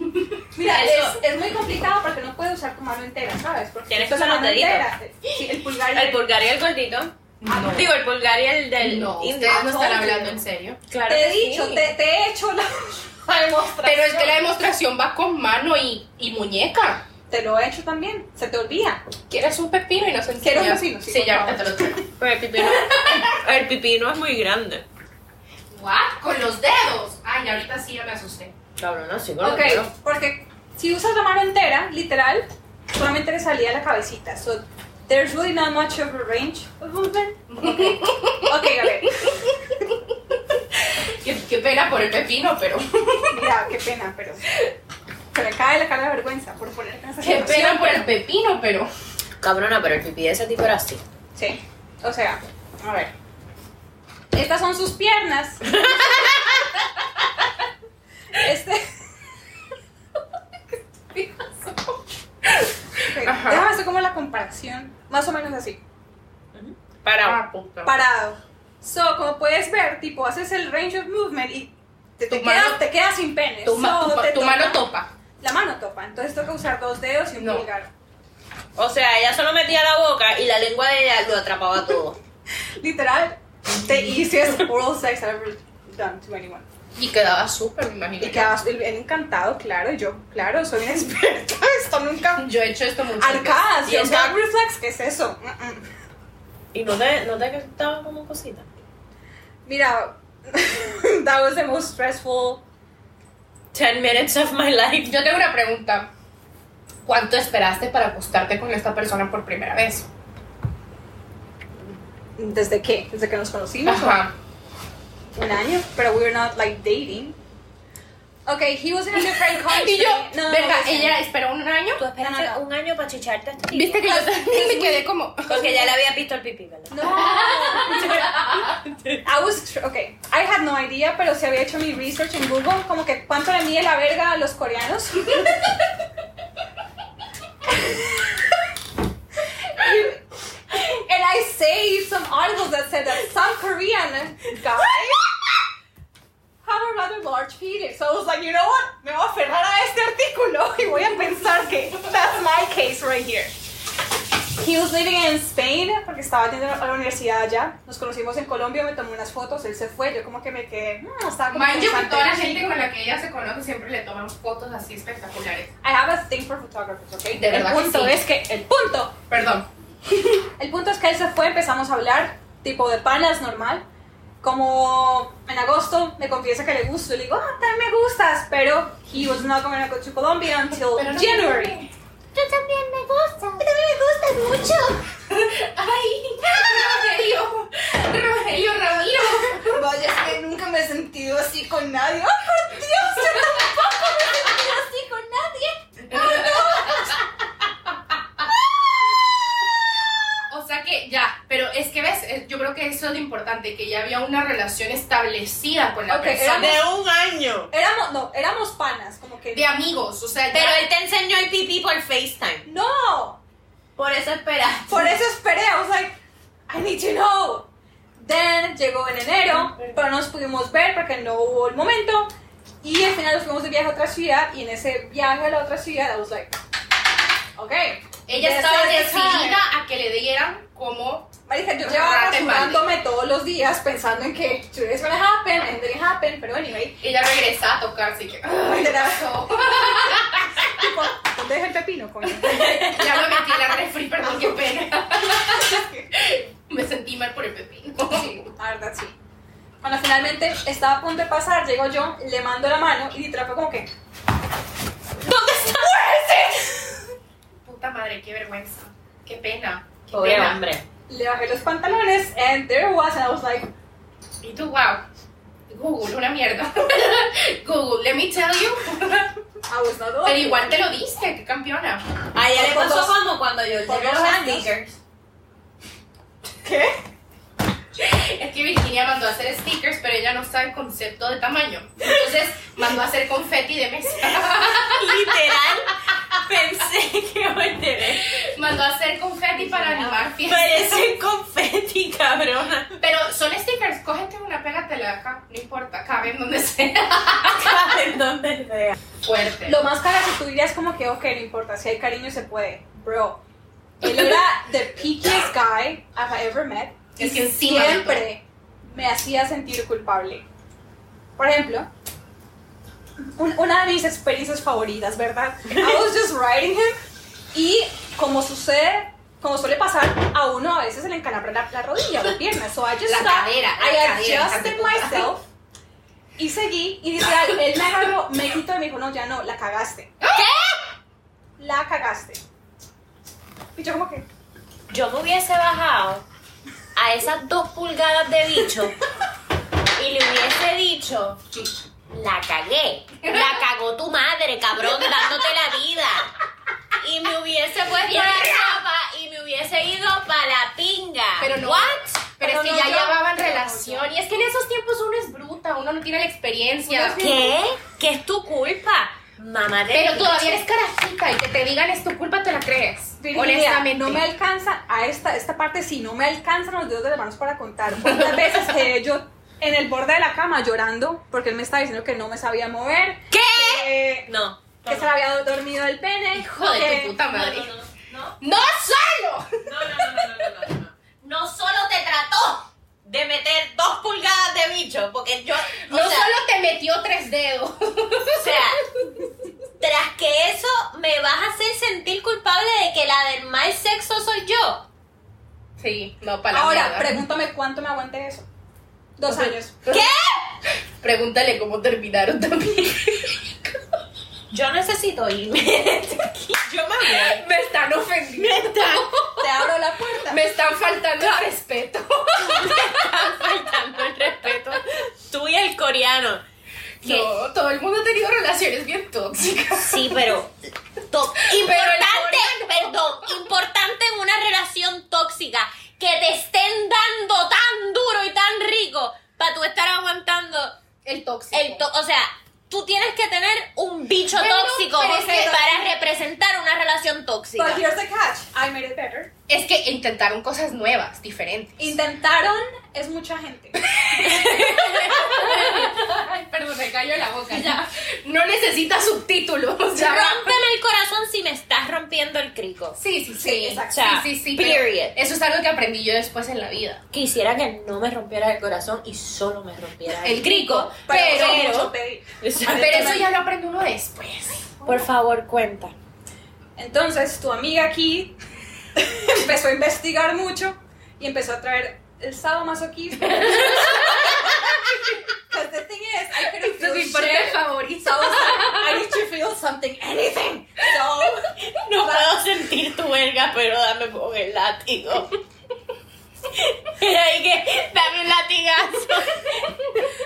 S3: Mira,
S1: Mira,
S3: eso-
S1: es, es muy complicado porque no puedes usar tu mano entera, ¿sabes? Porque
S3: Tienes
S1: si usas
S3: que
S1: la
S3: usar
S1: mano
S3: los
S1: entera. Sí, el pulgar y
S3: El pulgar y el gordito.
S2: No.
S3: Digo, el pulgar y el del.
S2: no,
S3: índice.
S2: ustedes no están hablando en serio.
S3: Claro
S1: Te he
S3: que sí.
S1: dicho, te, te he hecho la, la demostración.
S2: Pero es que la demostración va con mano y, y muñeca.
S1: Te lo he hecho también. Se te olvida.
S2: ¿Quieres un pepino y no se
S1: Quiero un pepino,
S2: enseña?
S1: sí,
S2: Sí,
S1: por
S2: ya
S1: favor.
S2: ahorita te lo traigo.
S3: Pero el pipino. el pipino es muy grande.
S2: ¿What? ¿Con los dedos? Ay, ahorita sí ya me asusté.
S3: Cabrón, no, sí, con
S1: Ok, porque si usas la mano entera, literal, solamente le salía la cabecita. So, there's really not much of a range of movement. Okay. ok, a ver.
S2: Qué, qué pena por el pepino, pero.
S1: Mira, qué pena, pero... Se me cae la cara de vergüenza por ponerte en esa
S2: Qué
S1: situación,
S2: pena por
S1: pero-
S2: el pepino, pero.
S3: Cabrona, pero el pipí de ese tipo era así.
S1: Sí, o sea, a ver. Estas son sus piernas. este. Ok,
S2: Ajá.
S1: Déjame hacer como la comparación. Más o menos así.
S3: Para.
S2: Ah, puta.
S1: Parado. So, como puedes ver, tipo, haces el range of movement y te, te
S2: Tu
S1: quedas,
S2: mano-
S1: te quedas sin pene.
S2: tu, ma-
S1: So,
S2: tu pa-
S1: te
S2: tu
S1: toca-
S2: mano topa.
S1: La mano topa. Entonces toca usar dos dedos y un
S2: No.
S1: pulgar.
S3: O sea, ella solo metía la boca y la lengua de ella lo atrapaba todo.
S1: Literal, the easiest oral sex I've ever done to anyone.
S2: Y quedaba súper, me imagino.
S1: Y quedaba el, el encantado, claro, y yo, claro, soy una experta, esto nunca...
S2: Yo he hecho esto mucho.
S1: Arcadas,
S3: Y
S1: y el
S3: eso-
S1: gag reflex, ¿qué es eso? Mm, mm.
S3: ¿Y no te, no te estaba como cosita?
S1: Mira, that was the most stressful...
S3: 10 minutes of my life.
S2: Yo tengo una pregunta. ¿Cuánto esperaste para acostarte con esta persona por primera vez?
S1: ¿Desde qué? ¿Desde que nos conocimos?
S2: Ajá.
S1: Un año, pero we were not, like, dating. Okay, he was in a different country.
S2: Y yo,
S1: No, Pues,
S2: verga,
S1: listen.
S2: ella esperó un año.
S3: Tú esperaste
S1: No, no, no.
S3: un año para chicharte a este tipo.
S2: Viste que
S1: pues,
S2: yo también me quedé como.
S3: Porque ya le había visto el pipí, ¿verdad?
S1: No. I was tr- okay. I had no idea, pero se había hecho mi research en Google, como que cuánto le mide la verga a los coreanos. And I saved some articles that said that some Korean guys have a rather large penis. So I was like, you know what? Me voy a aferrar a este artículo y voy a pensar que that's my case right here. He was living in Spain porque estaba yendo a la universidad allá. Nos conocimos en Colombia, me tomé unas fotos, él se fue, yo como que me quedé. mm, estaba como
S2: Mind you, que
S1: pensante,
S2: toda la
S1: chico.
S2: gente con la que ella se conoce siempre le toman fotos así espectaculares.
S1: I have a thing for photographers, ¿ok?
S2: De verdad
S1: el
S2: que
S1: punto
S2: sí.
S1: es que, el punto,
S2: Perdón.
S1: el punto es que él se fue, empezamos a hablar, tipo de panas, normal. Como en agosto me confiesa que le gusto, y le digo, ah, también me gustas, pero he was not going to go to Colombia until
S2: Pero no-
S1: January.
S3: Tú también me gustas. Tú también me gustas mucho.
S2: ¡Ay! ¡Rogelio! ¡Rogelio Ramiro!
S1: Vaya, es que nunca me he sentido así con nadie. ¡Oh, por Dios! Yo tampoco me he sentido así con nadie.
S2: O sea que ya, pero es que ves, Eh, yo creo que eso es lo importante, que ya había una relación establecida con la
S1: Ok,
S2: persona.
S1: éramos-
S3: De un año.
S1: Éramos, no, éramos panas, como que.
S2: De amigos, o sea, ya-
S3: Pero él te enseñó el pipí por FaceTime.
S1: ¡No!
S3: Por eso espera.
S1: Por eso esperé. I was like, I need to know. Then llegó en enero, pero no nos pudimos ver porque no hubo el momento. Y al final nos fuimos de viaje a otra ciudad. Y en ese viaje a la otra ciudad, I was like, ok.
S2: ella
S1: Ya
S2: estaba
S1: sabes que
S2: decidida a que le dieran como...
S1: Marica, yo
S2: Rata
S1: llevaba
S2: en
S1: rasurándome todos los días pensando en que today's gonna happen, and then it happened, pero anyway.
S2: Ella regresa a tocarse y que...
S1: Era-
S2: "Eso".
S1: Tipo, ¿Dónde dejé el pepino, coño?
S2: Ya me metí en la refri, perdón, qué pena. Me sentí mal por el pepino.
S1: La verdad, sí. Cuando finalmente estaba a punto de pasar, llego yo, le mando la mano y Ditra fue como que...
S3: ¿Dónde está?
S2: Puta madre, qué vergüenza. Qué pena. Qué
S3: Pobre
S2: pena.
S3: hombre.
S1: Le bajé los pantalones and there it was and I was like...
S2: Y tú, wow. Google, una mierda. Google, let me tell you.
S1: I was not
S2: Pero igual te lo diste, qué campeona.
S3: A ella le
S1: Por
S3: pasó
S1: dos-
S3: como cuando yo le
S1: por
S3: di
S1: dos
S3: los
S1: años.
S3: stickers.
S1: ¿Qué?
S2: Es que Virginia mandó a hacer stickers, pero ella no sabe el concepto de tamaño. Entonces mandó a hacer confeti de mesa.
S3: Literal, pensé que volveré.
S2: Mandó a hacer confeti para animar fiestas.
S3: Parece confeti, cabrona.
S2: Pero son stickers, cógete una, pégatela acá, no importa, cabe en donde sea.
S3: ¿En dónde sea?
S2: Fuerte.
S1: Lo más cara que tú dirías como que, ok, no importa, si hay cariño se puede. Bro, él era the pickiest guy I've ever met.
S2: Es
S1: y
S2: que encima de
S1: siempre me hacía sentir culpable. Por ejemplo, un- una de mis experiencias favoritas, ¿verdad? I was just riding him y como sucede, como suele pasar, a uno a veces se le encalabra la, la rodilla o la pierna. So I just
S2: La
S1: stopped,
S2: cadera, la
S1: I
S2: cadera,
S1: adjusted
S2: hija de puta.
S1: myself y seguí y literal, él me agarró, me quitó y me dijo, no, ya no, la cagaste. ¿Qué? La cagaste. Y yo como que...
S3: Yo me hubiese bajado a esas dos pulgadas de bicho y le hubiese dicho, la cagué, la cagó tu madre, cabrón, dándote la vida. Y me hubiese puesto la chapa y me hubiese ido para la pinga.
S2: Pero no.
S3: ¿What?
S2: Pero es
S1: Pero
S2: que
S1: no,
S2: ya
S1: yo-
S2: llevaban
S1: pero no,
S2: relación.
S1: yo-
S2: Y es que en esos tiempos uno es bruta, uno no tiene la experiencia.
S1: Uno es
S3: ¿Qué? ¿Qué es tu culpa? Mamá de
S2: Pero
S3: bicho.
S2: todavía eres carajita y que te digan es tu culpa, te la crees.
S1: Virginia,
S2: honestamente.
S1: no me alcanza a esta, esta parte, si no me alcanzan los dedos de las manos para contar. Cuántas veces quedé yo en el borde de la cama llorando porque él me estaba diciendo que no me sabía mover,
S3: ¿Qué?
S1: que,
S3: No.
S1: que se le había dormido el pene.
S2: Hijo de
S1: que-
S2: tu puta madre.
S3: no.
S2: ¡No solo!
S3: No, no, no, no, no, no, no. No solo te trató de meter dos pulgadas de bicho, porque yo. O,
S2: No
S3: sea,
S2: solo te metió tres dedos.
S3: o sea, tras que eso me vas a hacer sentir culpable de que la del mal sexo soy yo.
S2: Sí, no, para
S1: Ahora, pregúntame cuánto me aguanté eso. Dos años.
S2: Pregúntale cómo terminaron también.
S3: Yo necesito irme. yo me voy.
S2: me están ofendiendo. Me están,
S1: Te abro la puerta.
S2: faltando el respeto.
S3: Faltando el respeto. Tú y el coreano. ¿Qué?
S2: No, todo el mundo ha tenido relaciones bien tóxicas.
S3: Sí, pero. to- importante, perdón, importante en una relación tóxica que te estén dando tan duro y tan rico para tú estar aguantando
S2: El tóxico.
S3: el to- O sea, tú tienes que tener un bicho
S2: Pero,
S3: tóxico
S2: pero es que-
S3: para representar una relación tóxica.
S1: But here's the catch. I made it better.
S2: Es que intentaron cosas nuevas, diferentes.
S1: Intentaron, es mucha gente.
S2: Ay, perdón, me cayó la boca ya. No necesita subtítulos. Ya.
S3: Rómpeme el corazón si me estás rompiendo el crico.
S2: Sí, sí, sí.
S1: Sí,
S3: O
S1: exacto.
S3: sea,
S2: Sí, sí, sí, pero-
S3: period.
S2: Eso es algo que aprendí yo después en la vida.
S3: Quisiera que no me rompieras el corazón y solo me rompieras el,
S2: El crico,
S1: Pero,
S2: pero-
S1: mucho pedir.
S2: Pero eso ya lo aprende uno después.
S3: Por favor, cuenta.
S1: Entonces, tu amiga aquí empezó a investigar mucho y empezó a traer el sadomasoquismo. Because the thing is, I couldn't feel shit. So
S2: favorito.
S1: I was like, I need to feel something, anything. So,
S3: No puedo sentir tu verga, pero dame con el látigo. Era ahí que, dame un latigazo.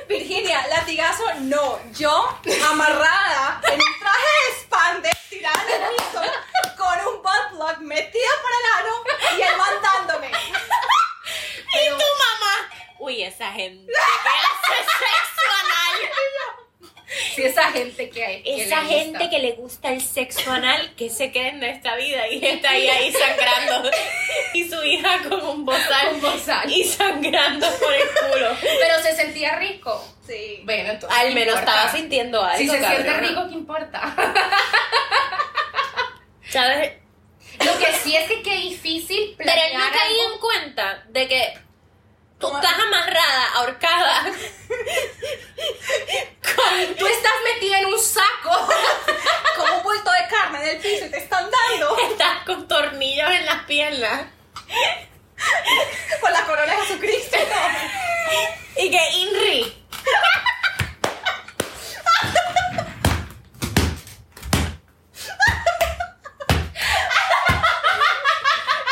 S1: Virginia, latigazo, no. Yo, amarrada en un traje de spandex, tirada en el piso, con un butt plug metida por el ano y él mandándome.
S3: Y tu mamá. Uy, esa gente que hace sexo anal.
S2: Sí, esa gente que hay. que
S3: Esa
S2: le
S3: gente
S2: gusta.
S3: que le gusta el sexo anal, que se queda en esta vida y está ahí, ahí sangrando. Y su hija con un bozal.
S2: Un bozal.
S3: Y sangrando por el culo.
S2: Pero se sentía rico.
S1: Sí.
S2: Bueno, entonces.
S3: Al
S2: ¿qué
S3: menos
S2: importa?
S3: estaba sintiendo algo.
S2: Si se siente
S3: cabrona.
S2: rico, ¿qué importa?
S3: ¿Sabes?
S2: Lo que sí es que qué difícil
S3: Pero él no
S2: planear
S3: caía
S2: algo.
S3: en cuenta de que tú
S1: Como-
S3: estás amarrada, ahorcada. con-
S2: Tú estás metida en un saco.
S1: Como un bulto de carne en el piso y te están dando
S3: estás con tornillos en las piernas.
S1: con la corona de Jesucristo.
S3: Y que Inri.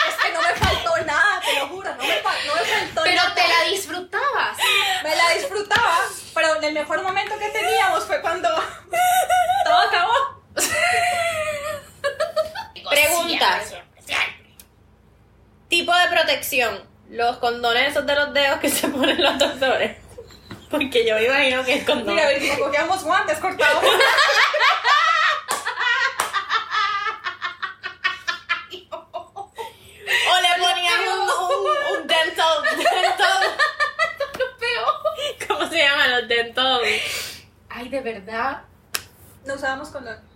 S1: Es que no me faltó nada, te lo juro, no me, fal- no me faltó
S2: Pero
S1: nada.
S2: te la disfrutabas.
S1: Me la disfrutaba, pero en el mejor momento que teníamos fue cuando todo acabó.
S3: Pregunta.
S2: Siempre, siempre.
S3: Tipo de protección. Los condones esos de los dedos que se ponen los doctores. Porque yo me imagino que es condón.
S1: Mira, Virginia, cogíamos guantes, cortábamos.
S3: o le ponían un, un, un dental, dental.
S2: Lo peor.
S3: ¿Cómo se llaman los dental?
S2: Ay, de verdad.
S1: No usábamos condón.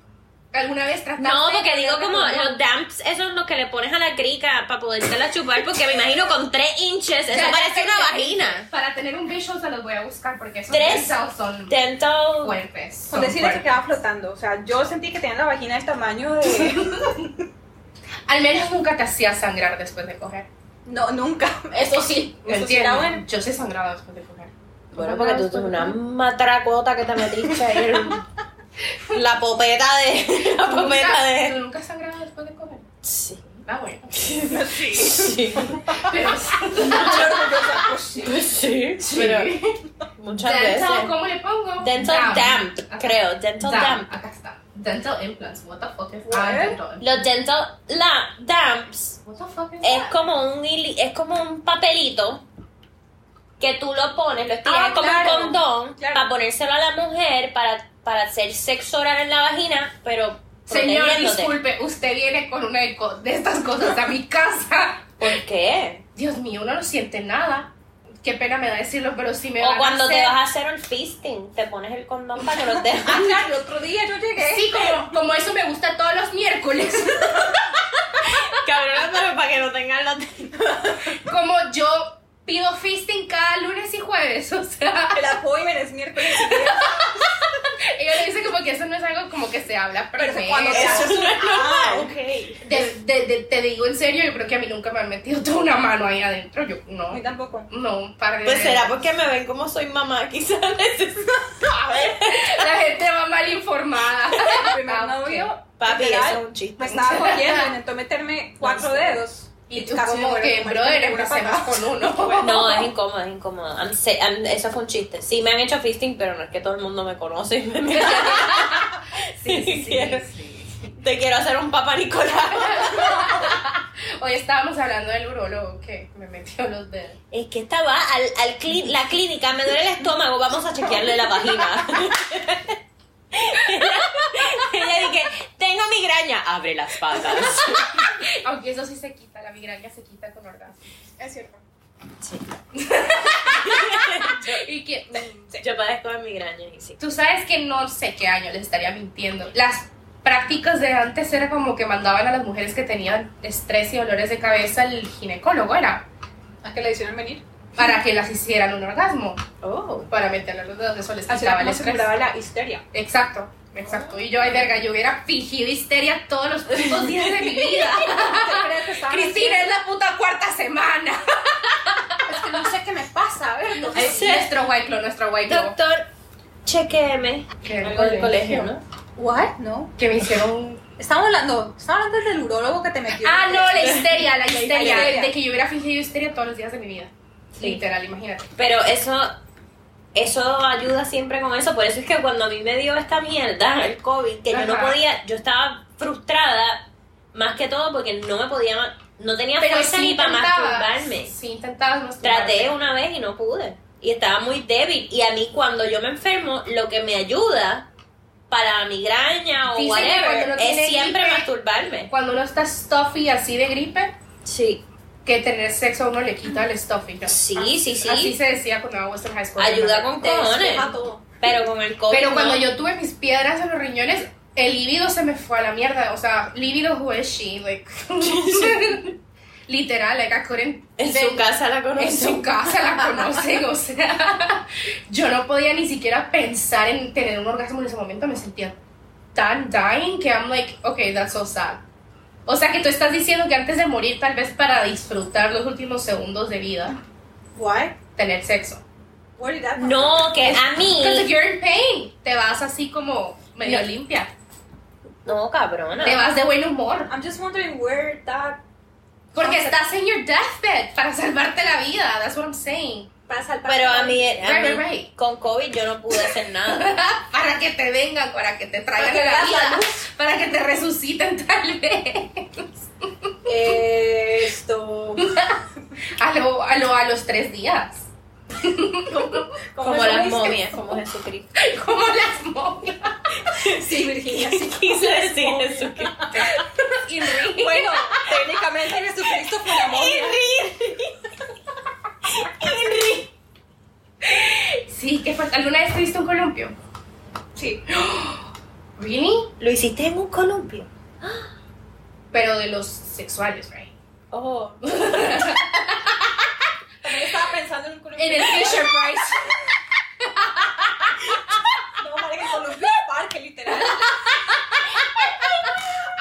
S2: ¿Alguna vez trataste?
S3: No,
S2: de
S3: porque digo
S2: tener
S3: como
S2: una
S3: los damps, esos los que le pones a la crica para podértela chupar, porque me imagino con tres inches, eso
S2: Ya, ya
S3: parece una
S2: pensé.
S3: vagina.
S2: Para tener un visual se los voy a buscar porque esos
S3: Tres.
S2: pesos son
S3: Dental.
S2: fuertes.
S1: Con
S2: Son
S1: decirle que
S2: fuertes.
S1: quedaba flotando. O sea, yo sentí que tenía la vagina del tamaño de.
S2: Al menos nunca te hacía sangrar después de coger.
S1: No, nunca.
S3: Eso sí.
S1: Eso sí era bueno.
S2: Yo se sangraba después de coger.
S3: Bueno, porque tú tienes una matracota que te metiste ahí. en La popeta de. La
S2: ¿Tú nunca,
S3: popeta
S2: ¿Tú
S3: de.
S2: nunca has sangrado después de coger?
S3: Sí.
S2: Ah, bueno.
S3: Sí.
S2: Pero
S3: Sí.
S2: pero-
S3: muchas veces.
S2: dental, ¿cómo le pongo?
S3: Dental
S2: Damp.
S3: damp, creo.
S2: Damp.
S3: Dental damp.
S2: Acá está. Dental implants. What the fuck is
S1: What?
S2: that? Dental implants.
S3: Los dental la, damps
S2: What the fuck is
S3: es
S2: that?
S3: como un hili- es como un papelito que tú lo pones, lo estiras
S1: Ah,
S3: como
S1: claro,
S3: un condón
S1: claro.
S3: para ponérselo a la mujer para, para hacer sexo oral en la vagina, pero
S2: Señor,
S3: protegiéndote.
S2: disculpe, usted viene con una de co- de estas cosas a mi casa.
S3: ¿Por qué?
S2: Dios mío, uno no siente nada. Qué pena me da decirlo, pero si me van
S3: O cuando
S2: a
S3: te
S2: hacer-
S3: vas a hacer el fisting, te pones el condón para que los dejes.
S1: Ah, claro, el otro día yo llegué.
S2: Sí, como, este, como eso me gusta todos los miércoles.
S3: Cabrón, pero para que no tengan la...
S2: Como yo pido fisting cada lunes y jueves. O sea,
S1: El appointment es miércoles.
S2: ella le dice como que eso no es algo como que se habla, pero,
S1: Pero fue cuando te
S3: Eso
S1: haces
S3: no
S1: un-
S3: es
S1: Ah,
S3: normal.
S1: ok.
S2: De- de- de- te digo en serio, yo creo que a mí nunca me han metido toda una mano ahí adentro. Yo
S1: A
S2: no,
S1: mí tampoco.
S2: no, un par de
S3: Pues será
S2: veces.
S3: porque me ven como soy mamá, quizás necesito... A ver.
S2: la gente va mal informada.
S1: Mi primer
S2: Ah, ok.
S1: novio.
S3: Papi,
S1: literal,
S3: eso es un chiste.
S1: Me estaba cogiendo, intentó meterme cuatro dedos.
S2: Y tú
S1: Casi
S2: como
S1: muero,
S2: que,
S1: marica,
S2: brother,
S1: tengo una
S2: empecemos
S1: patada.
S2: con uno.
S3: No, es incómodo, es incómodo. I'm se- I'm- eso fue un chiste. Sí, me han hecho fisting, pero no es que todo el mundo me conoce y me mira.
S2: Sí, sí, sí,
S3: Quiero-
S2: sí.
S3: Te quiero hacer un papá Nicolás.
S2: Hoy estábamos hablando del urologo que me metió los dedos.
S3: Es que esta va al, al cli- la clínica, me duele el estómago, vamos a chequearle la vagina. Ella dije, tengo migraña, abre las patas.
S2: Aunque eso sí se quita la migraña se quita con orgasmo.
S1: Es cierto.
S3: Sí.
S2: Y que,
S3: Yo padezco de migraña y sí.
S2: Tú sabes que no sé qué año les estaría mintiendo. Las prácticas de antes era como que mandaban a las mujeres que tenían estrés y dolores de cabeza al ginecólogo, era
S1: ¿A qué le hicieron venir?
S2: para que las hicieran un orgasmo,
S1: Oh.
S2: para meterle los dedos, eso les
S1: Así
S2: quitaba el
S1: como se
S2: estrés.
S1: curaba la histeria.
S2: Exacto, exacto. Y yo, ay, verga, yo hubiera fingido histeria todos los putos días de mi vida. Cristina, es la puta cuarta semana.
S1: es que no sé qué me pasa, a ver. No
S3: Ay, sí.
S2: Nuestro white claw, nuestro white claw.
S3: Doctor, chequeme.
S2: Que-
S3: Algo del colegio, ¿no?
S1: ¿What? No.
S2: Que me hicieron
S1: Estamos hablando, estamos hablando del urólogo que te metió.
S2: Ah, no, la histeria, la histeria.
S1: histeria.
S2: De que yo hubiera fingido histeria todos los días de mi vida. Literal, imagínate.
S3: Pero eso, eso ayuda siempre con eso. Por eso es que cuando a mí me dio esta mierda, el COVID, que yo no
S2: Ajá.
S3: podía, yo estaba frustrada, más que todo porque no me podía, ma- no tenía fuerza ni para masturbarme.
S2: Sí, intentabas masturbarte.
S3: Traté una vez y no pude. Y estaba muy débil. Y a mí cuando yo me enfermo, lo que me ayuda para la migraña o
S2: Dicen que cuando
S3: whatever
S2: uno tiene
S3: es siempre
S2: gripe-
S3: masturbarme.
S2: Cuando uno está stuffy así de gripe,
S3: Sí.
S2: que tener sexo a uno le quita el stuffy. ¿no?
S3: Sí,
S2: Ah,
S3: sí, sí.
S2: Así se decía cuando iba a Western High School.
S3: Ayuda
S2: ¿no?
S3: con cojones. Pero con el COVID.
S2: Pero cuando
S3: no.
S2: yo tuve mis piedras en los riñones, el líbido se me fue a la mierda. O sea, líbido fue she, like. Literal, like I couldn't
S3: En
S2: even-
S3: su casa la
S2: en
S3: conocí.
S2: su casa la conocen, o sea, yo no podía ni siquiera pensar en tener un orgasmo en ese momento, me sentía tan dying que I'm like, okay, that's so sad. O sea que tú estás diciendo que antes de morir, tal vez para disfrutar los últimos segundos de vida,
S1: Why?
S2: tener sexo.
S1: What did that
S3: No, que a mí.
S2: Because if you're in pain, te vas así como medio
S3: No.
S2: limpia,
S3: No, cabrona.
S2: te vas de buen humor,
S1: I'm just wondering where that
S2: porque
S1: No, se-
S2: estás en your deathbed para salvarte la vida, that's what I'm saying.
S1: pasa al
S3: Pero a mí, a
S2: Right,
S3: mí,
S2: right, right.
S3: con COVID yo no pude hacer nada.
S2: para que te vengan, para que te traigan
S1: Para que
S2: la
S1: veas la
S2: vida, para que te resuciten tal vez.
S1: Esto.
S2: A lo, a lo- a los tres días.
S3: Como
S1: eso
S3: las
S1: dice?
S3: momias, como Jesucristo.
S2: Como las momias.
S1: Sí, Virginia, sí.
S3: Quise decir Jesucristo.
S1: Bueno, técnicamente Jesucristo fue la momia.
S2: Sí, que fue. ¿Alguna vez tuviste un columpio?
S1: Sí.
S2: ¿Really?
S3: Lo hiciste en un columpio.
S2: Pero de los sexuales, right?
S1: Oh. También estaba pensando en un columpio.
S2: En el Fisher Price.
S1: No, madre, que columpio de parque, literal.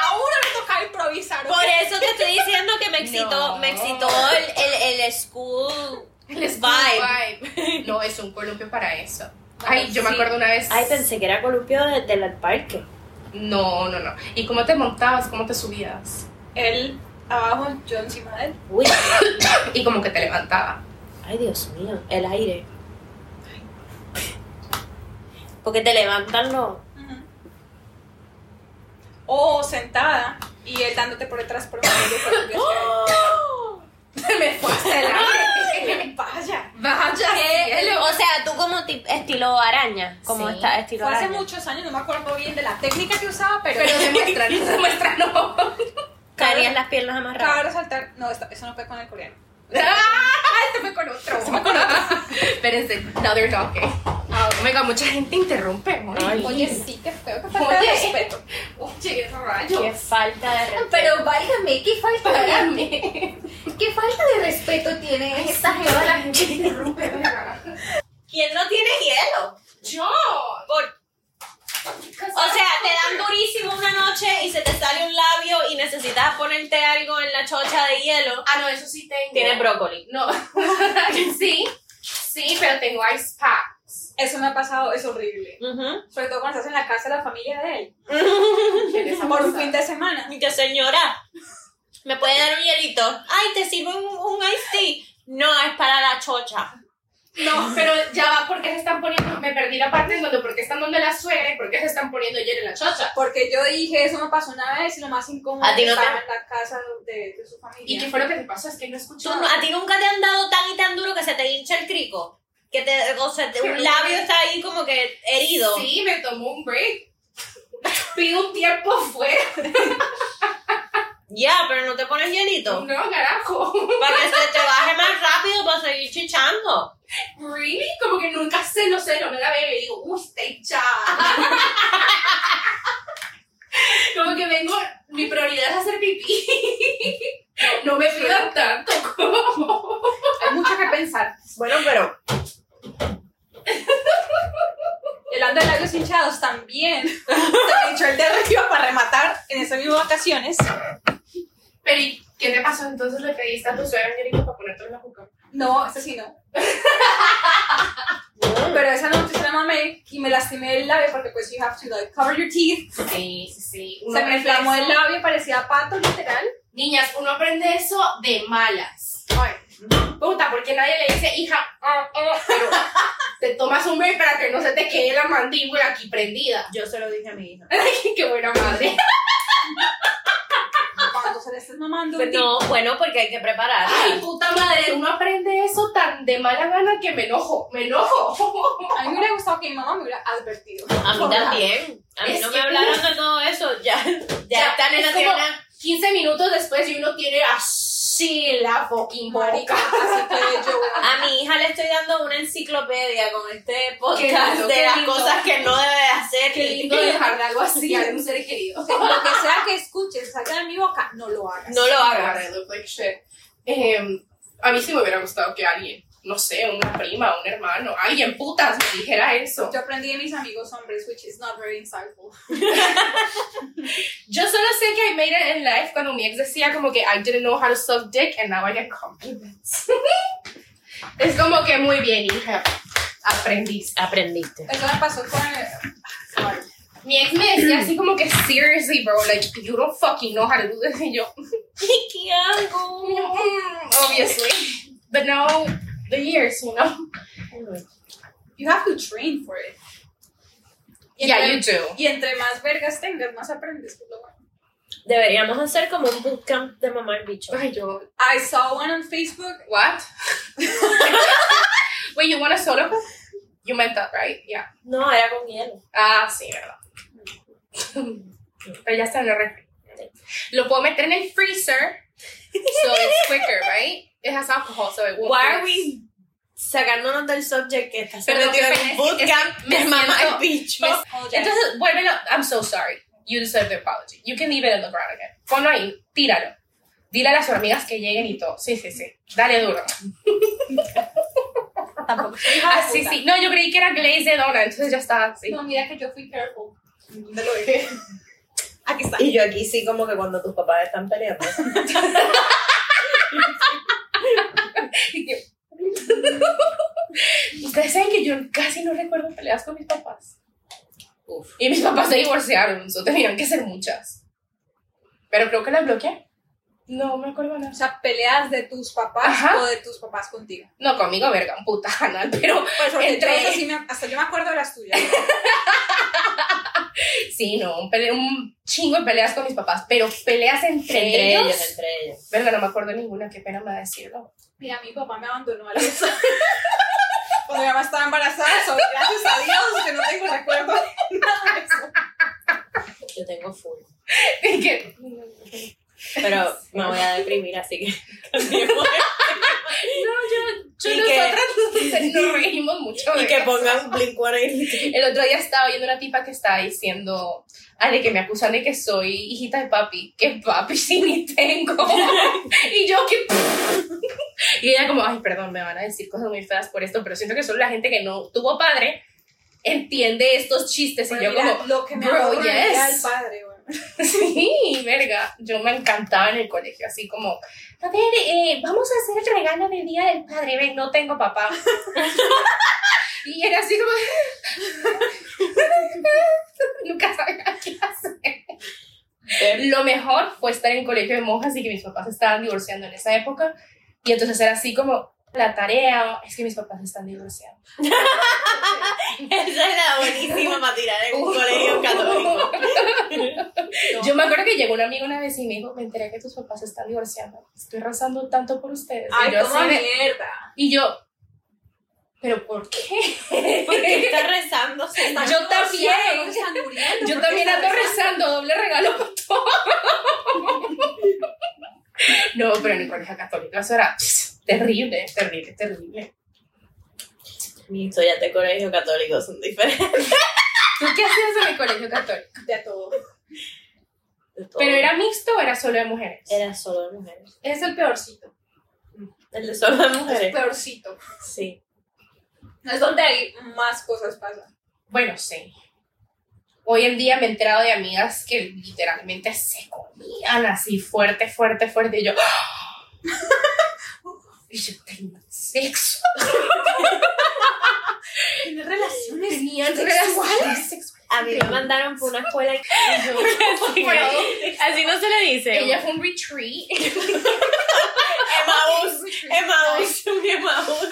S1: A uno le toca improvisar. ¿ok?
S3: Por eso te estoy diciendo que me excitó,
S2: No.
S3: me excitó el, el, el school.
S2: El School
S3: Vibe.
S2: Vibe. No, es un columpio para eso. Ay, yo me acuerdo una vez.
S3: Ay, pensé que era columpio de- del parque.
S2: No, no, no. ¿Y cómo te montabas? ¿Cómo te subías?
S1: Él abajo, yo encima de él.
S3: Uy,
S2: Y como que te levantaba.
S3: ay Dios mío, el aire. Porque te levantan los...
S1: O sentada y él dándote por detrás por medio. pero yo
S2: Me fue hasta el
S1: creo
S2: aire.
S1: que- Vaya.
S2: Vaya cielo.
S3: Eh, O sea, tú como tip- estilo araña, como
S2: Sí.
S3: está estilo
S1: Fue hace
S3: araña.
S1: muchos años, no me acuerdo bien de la técnica que usaba, pero.
S2: Pero demuestra, no demuestra, no.
S3: Tenías las piernas amarradas.
S1: Cabe resaltar. No, esto- eso no fue con el coreano.
S2: Ah, este fue con otro. Espérense, another dog. eh. Oh my god, mucha gente interrumpe.
S3: Ay.
S1: Oye, sí, qué feo que falta de
S2: Oye.
S1: respeto.
S2: Oye,
S3: Qué
S2: rayos.
S3: falta de respeto.
S4: Pero válgame, ¿qué falta, de,
S2: Para mí.
S4: ¿qué falta de respeto tiene esta jeva? La gente que interrumpe, verga.
S3: ¿Quién no tiene hielo?
S2: Yo.
S3: Por- o sea, te dan durísimo una noche y se te sale un labio y necesitas ponerte algo en la chocha de hielo.
S2: Ah, no, eso sí tengo.
S3: Tienes brócoli.
S2: No. sí, sí, pero tengo ice packs.
S1: Eso me ha pasado, es horrible. Sobre todo cuando estás en la casa de la familia de él.
S2: ¿Qué les ha
S1: Por un
S2: pasado?
S1: fin de semana.
S3: Y que señora, ¿me puede dar un hielito? Ay, te sirvo un, un iced tea. No, es para la chocha.
S2: No, pero ya va, ¿por qué se están poniendo? Me perdí la parte en donde, ¿por qué están donde la suegra y por qué se están poniendo hielo en la chocha?
S1: Porque yo dije, eso me pasó una vez y lo más incómodo
S3: A ti no
S1: estaba
S3: te-
S1: en la casa de, de su
S2: ¿Y qué
S1: familia.
S2: fue lo que te pasó? Es que no escuché.
S3: ¿Tú, ¿A ti nunca te han dado tan y tan duro que se te hincha el crico? Que te, o sea, te- un labio está ahí como que herido.
S2: Sí, me tomó un break. Pido un tiempo fuera.
S3: Ya, pero no te pones hielito.
S2: No, carajo.
S3: Para que se te baje más rápido para seguir chichando.
S2: ¿Really? Como que nunca sé, no sé, no me la bebe y digo, usted ya. Como que vengo, mi prioridad es hacer pipí. No me pidan tanto como.
S1: Hay mucho que pensar.
S5: Bueno, pero
S1: El ando de labios hinchados también. Se me hinchó el dedo que iba para rematar en esas mismas vacaciones.
S2: Pero, ¿y qué te pasó entonces? ¿Le pediste a tu suegra Angélica para ponerte en la boca?
S1: No, esa sí no. Pero esa noche se la mamé y me lastimé el labio porque pues you have to like cover your teeth.
S2: Sí, sí, sí. Uno
S1: Se me
S2: aprende
S1: inflamó
S2: eso.
S1: el labio, parecía pato literal.
S2: Niñas, uno aprende eso de malas. Ay, puta, porque nadie le dice, hija, ah, ah", pero te tomas un break para que no se te quede la mandíbula aquí prendida.
S3: Yo se lo dije a mi hija.
S2: Qué buena madre.
S1: Ah, Cuando se le estés mamando.
S2: Pues
S1: un
S3: Pues No, bueno, porque hay que preparar.
S2: Ay, puta madre, uno aprende eso tan de mala gana que me enojo, me enojo.
S1: tipo, A mí me hubiera gustado que mi mamá me hubiera advertido.
S3: A mí
S1: Por la-
S3: también. A mí
S2: Es
S3: no
S2: que-
S3: me hablaron de todo eso. Ya, ya,
S2: Ya,
S3: están en
S2: es
S3: la
S2: como-
S3: tienda.
S2: 15 minutos después y uno tiene así la fucking
S1: Marica,
S2: boca.
S1: así que yo.
S3: A mi hija le estoy dando una enciclopedia con este podcast
S2: lindo,
S3: de
S2: qué
S3: las
S2: lindo.
S3: cosas que no debe de hacer.
S2: Qué lindo dejarle algo así a un ser querido.
S1: Lo que sea que escuches, salga de mi boca, no lo hagas.
S3: No lo hagas.
S2: I look like shit. Em, a mí sí me hubiera gustado que alguien, no sé, una prima, un hermano, alguien putas me dijera eso.
S1: Yo aprendí de mis amigos hombres, which is not very insightful.
S2: Yo solo sé que I made it in life cuando mi ex decía como que I didn't know how to suck dick and now I get compliments. es como que muy bien, hija. Aprendiste.
S3: Aprendiste.
S1: Eso me pasó con el... Ay.
S2: Mi ex me decía así como que seriously, bro, like you don't fucking know how to do this. Y yo,
S3: ¿Qué hago?
S2: mm, obviously. But now, the years, you know.
S1: You have to train for it. Y
S2: Yeah,
S1: entre-
S2: you do.
S1: Y entre más vergas tengas, más aprendes. que es lo bueno.
S3: Deberíamos hacer como un bootcamp de mamá el bicho.
S2: Ay, yo.
S1: I saw one on Facebook.
S2: What? Wait, you want a soda? pop? You meant that, right? Yeah.
S3: No, era con hielo.
S2: Ah, sí, verdad. Pero ya está en el refri. Lo puedo meter en el freezer, so it's quicker, right? It has alcohol, so it won't.
S3: Why are
S2: freeze.
S3: we sacándonos del subject que estás
S2: Perdón,
S3: metido
S2: que
S3: en un
S2: me-
S3: bootcamp
S2: es que me
S3: de mamá
S2: siento-
S3: el bicho?
S2: me-
S1: Oh,
S2: Entonces, vuélvelo. I'm so sorry. You deserve the apology. You can leave it on the ground again. Ponlo ahí, tíralo. Dile a las hormigas que lleguen y todo. Sí, sí, sí. Dale duro.
S1: Tampoco.
S2: Ah, sí, sí. No, yo creí que era glaze de dona, entonces ya estaba así.
S1: No, mira que yo fui careful.
S2: Te lo dije.
S1: Aquí está.
S5: y yo aquí sí como que cuando tus papás están peleando.
S2: Ustedes saben que yo casi no recuerdo peleas con mis papás. Y mis papás se divorciaron, so tenían que ser muchas. Pero creo que las bloqueé. No me acuerdo
S1: O
S2: nada.
S1: sea, peleas de tus papás
S2: Ajá.
S1: o de tus papás contigo.
S2: No, conmigo, verga, un puta, nada, pero
S1: Porque yo
S2: entre...
S1: esas sí me- hasta yo me acuerdo de las tuyas.
S2: Sí, no, un, pele- un chingo de peleas con mis papás, pero peleas entre, ellos.
S3: entre ellos.
S2: Verga, no me acuerdo ninguna, qué pena me da decirlo.
S1: Mira, mi papá me abandonó a los... Cuando mi mamá estaba embarazada, so, gracias a Dios que no tengo recuerdo de nada de eso.
S3: Yo tengo full.
S2: Que-
S3: Pero me voy a deprimir, así que cambiemos.
S2: Yo
S3: Y
S2: y
S3: que-
S2: nosotras nos reímos mucho.
S3: y
S2: de
S3: que
S2: eso.
S3: pongan Blink 182.
S2: El otro día estaba oyendo una tipa que estaba diciendo, ah, de que me acusan de que soy hijita de papi, que papi sí ni tengo. y yo que... y ella como, ay, perdón, me van a decir cosas muy feas por esto, pero siento que solo la gente que no tuvo padre entiende estos chistes.
S1: Pero
S2: y yo
S1: mira,
S2: como,
S1: lo que me
S2: bro,
S1: abandonó era
S2: yes.
S1: el padre. bueno.
S2: sí, verga. Yo me encantaba en el colegio, así como, a ver, eh, vamos a hacer el regalo del Día del Padre, ven, no tengo papá. y era así como... Nunca sabía qué hacer. Lo mejor fue estar en colegio de monjas y que mis papás estaban divorciando en esa época. Y entonces era así como, la tarea es que mis papás están divorciando.
S3: Esa era buenísima para tirar en
S2: Uh.
S3: un colegio católico.
S2: Yo me acuerdo que llegó un amigo una vez y me dijo, me enteré que tus papás están divorciando. Estoy rezando tanto por ustedes. Y
S1: Ay,
S2: yo
S1: cómo
S2: así de-
S1: mierda.
S2: Y yo, ¿pero por qué?
S3: Porque está rezando.
S2: Ah, Yo también.
S1: Están muriendo,
S2: Yo
S1: ¿por qué
S2: también
S1: están
S2: ando
S1: rezando?
S2: rezando, doble regalo para No, pero en mi colegio católico eso era terrible, terrible, terrible.
S3: Mi historia de colegio católico son diferentes.
S2: ¿Tú qué hacías en el colegio católico?
S1: De todo.
S3: de todo.
S2: ¿Pero era mixto o era solo de mujeres?
S3: Era solo de mujeres.
S2: Es el peorcito.
S3: El de solo de
S1: Es
S3: mujeres.
S1: peorcito.
S3: Sí.
S1: Es donde hay más cosas pasan.
S2: Bueno, sí. Hoy en día me he enterado de amigas que literalmente se comían así fuerte, fuerte, fuerte. Y yo. ¡Ah! y yo tenía sexo.
S1: Tener relaciones.
S2: Tenían
S1: sexuales?
S2: sexuales.
S3: A mí me mandaron por una escuela y
S2: Y yo-
S6: Así no se le dice.
S2: Ella fue un retreat.
S3: Emmaus, Emmaus, un Emmaus.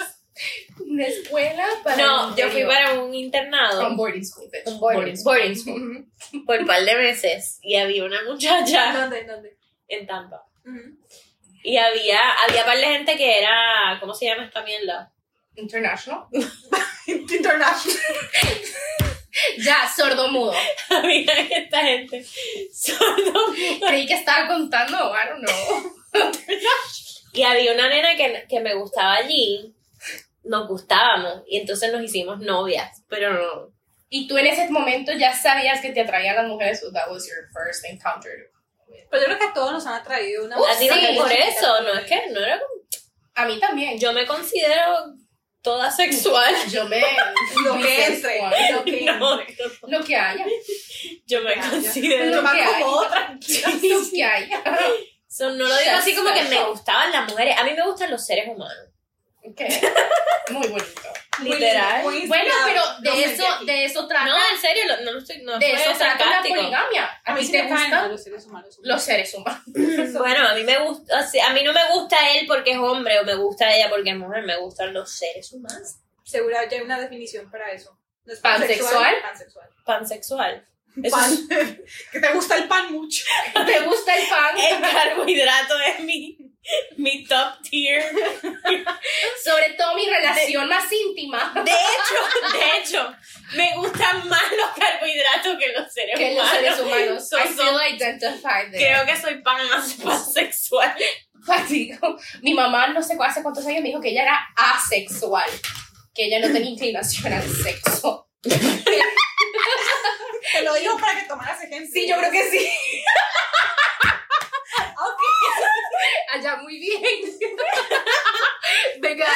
S2: Una escuela para.
S3: No, yo fui para un internado
S2: Un boarding school, bitch.
S3: Un boarding- boarding school.
S2: Ujú.
S3: por un par de meses y había una muchacha
S1: ¿Dónde? ¿Dónde?
S3: en Tampa.
S1: Ujú.
S3: Y había, había par de gente que era, ¿cómo se llama esta mierda?
S2: International.
S1: International.
S2: Ya, sordo mudo.
S3: Había esta gente sordo.
S2: Creí que estaba contando, I don't know.
S3: Y había una nena que, que me gustaba allí, nos gustábamos y entonces nos hicimos novias, pero no.
S2: Y tú en ese momento ya sabías que te atraían las mujeres, so that was your first encounter.
S1: Pero Pues yo creo que a todos nos han atraído una.
S2: Uh, sí,
S3: Así que por
S2: chiquita,
S3: eso, no es que no era como-
S2: A mí también. Yo,
S3: yo me considero toda sexual.
S2: yo me.
S1: Lo
S2: me
S1: que entre.
S2: sexual.
S1: Lo que
S3: No,
S1: entre.
S2: Lo que haya.
S3: yo me
S1: Ya, ya.
S3: considero
S2: Lo
S1: Lo
S2: que
S1: que
S2: hay.
S1: como
S2: Lo que haya.
S3: So, no lo digo así como que me
S2: Sexual.
S3: gustaban las mujeres. A mí me gustan los seres humanos.
S2: Ok. Muy bonito.
S3: Literal.
S1: Muy- muy
S2: Bueno,
S1: inspirado.
S2: pero
S1: No,
S2: de eso,
S1: mentira.
S2: de eso
S3: No,
S2: trata.
S3: en serio, lo- no lo estoy. No
S2: De
S3: fue
S2: eso trata la
S3: sarcástico.
S2: poligamia.
S1: A
S2: A
S1: mí
S2: ti
S1: sí
S2: te
S1: me caen mal
S2: gustan
S1: los seres humanos.
S2: los seres humanos.
S3: Bueno, a mí me gusta. o sea, a mí no me gusta él porque es hombre o me gusta ella porque es mujer. Me gustan los seres humanos.
S1: Seguro ya hay una definición para eso. No es
S2: ¿Pansexual?
S1: Pansexual.
S3: Pansexual. Eso
S1: Pan.
S3: es,
S1: que te gusta el pan mucho.
S2: ¿Te gusta el pan?
S3: el carbohidrato es mi, mi top tier.
S2: Sobre todo mi relación más íntima
S3: De hecho, de hecho, me gustan más los carbohidratos que los seres
S2: que los
S3: humanos.
S2: seres humanos.
S3: So,
S2: I
S3: so,
S2: feel identified there.
S3: creo que soy pan más pansexual.
S2: Patico. Mi mamá, no sé cu- hace cuántos años, me dijo que ella era asexual. Que ella no tenía inclinación al sexo.
S1: Te lo digo para que tomaras ejemplo.
S2: Sí, yo creo que sí. Allá, muy bien. Venga,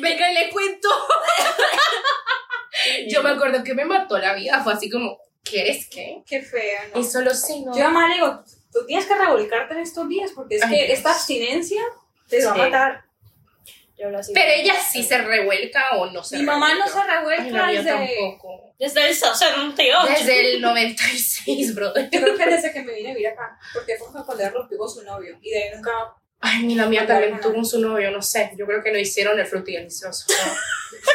S2: venga, y le cuento. Yo me acuerdo que me mató la vida. Fue así como, ¿quieres qué?
S1: Qué fea, ¿no?
S2: Y solo sí, no.
S1: Yo a mamá le digo, tú tienes que revolcarte en estos días porque es
S2: Ay,
S1: que
S2: Dios.
S1: esta abstinencia te va a
S3: Sí.
S1: matar.
S2: Pero ella sí se revuelca o no se
S1: Mi mamá no
S2: revuelca.
S1: se revuelca
S2: Ay, no, yo
S1: desde...
S2: tampoco.
S3: Desde el 68.
S2: Desde el 96, brother.
S1: Yo creo que desde que me vine a vivir acá, porque fue cuando ella rompió con su novio y de ahí nunca...
S2: Ay, mira, mía también tuvo su novio, no sé. Yo creo que no hicieron el frutí delicioso.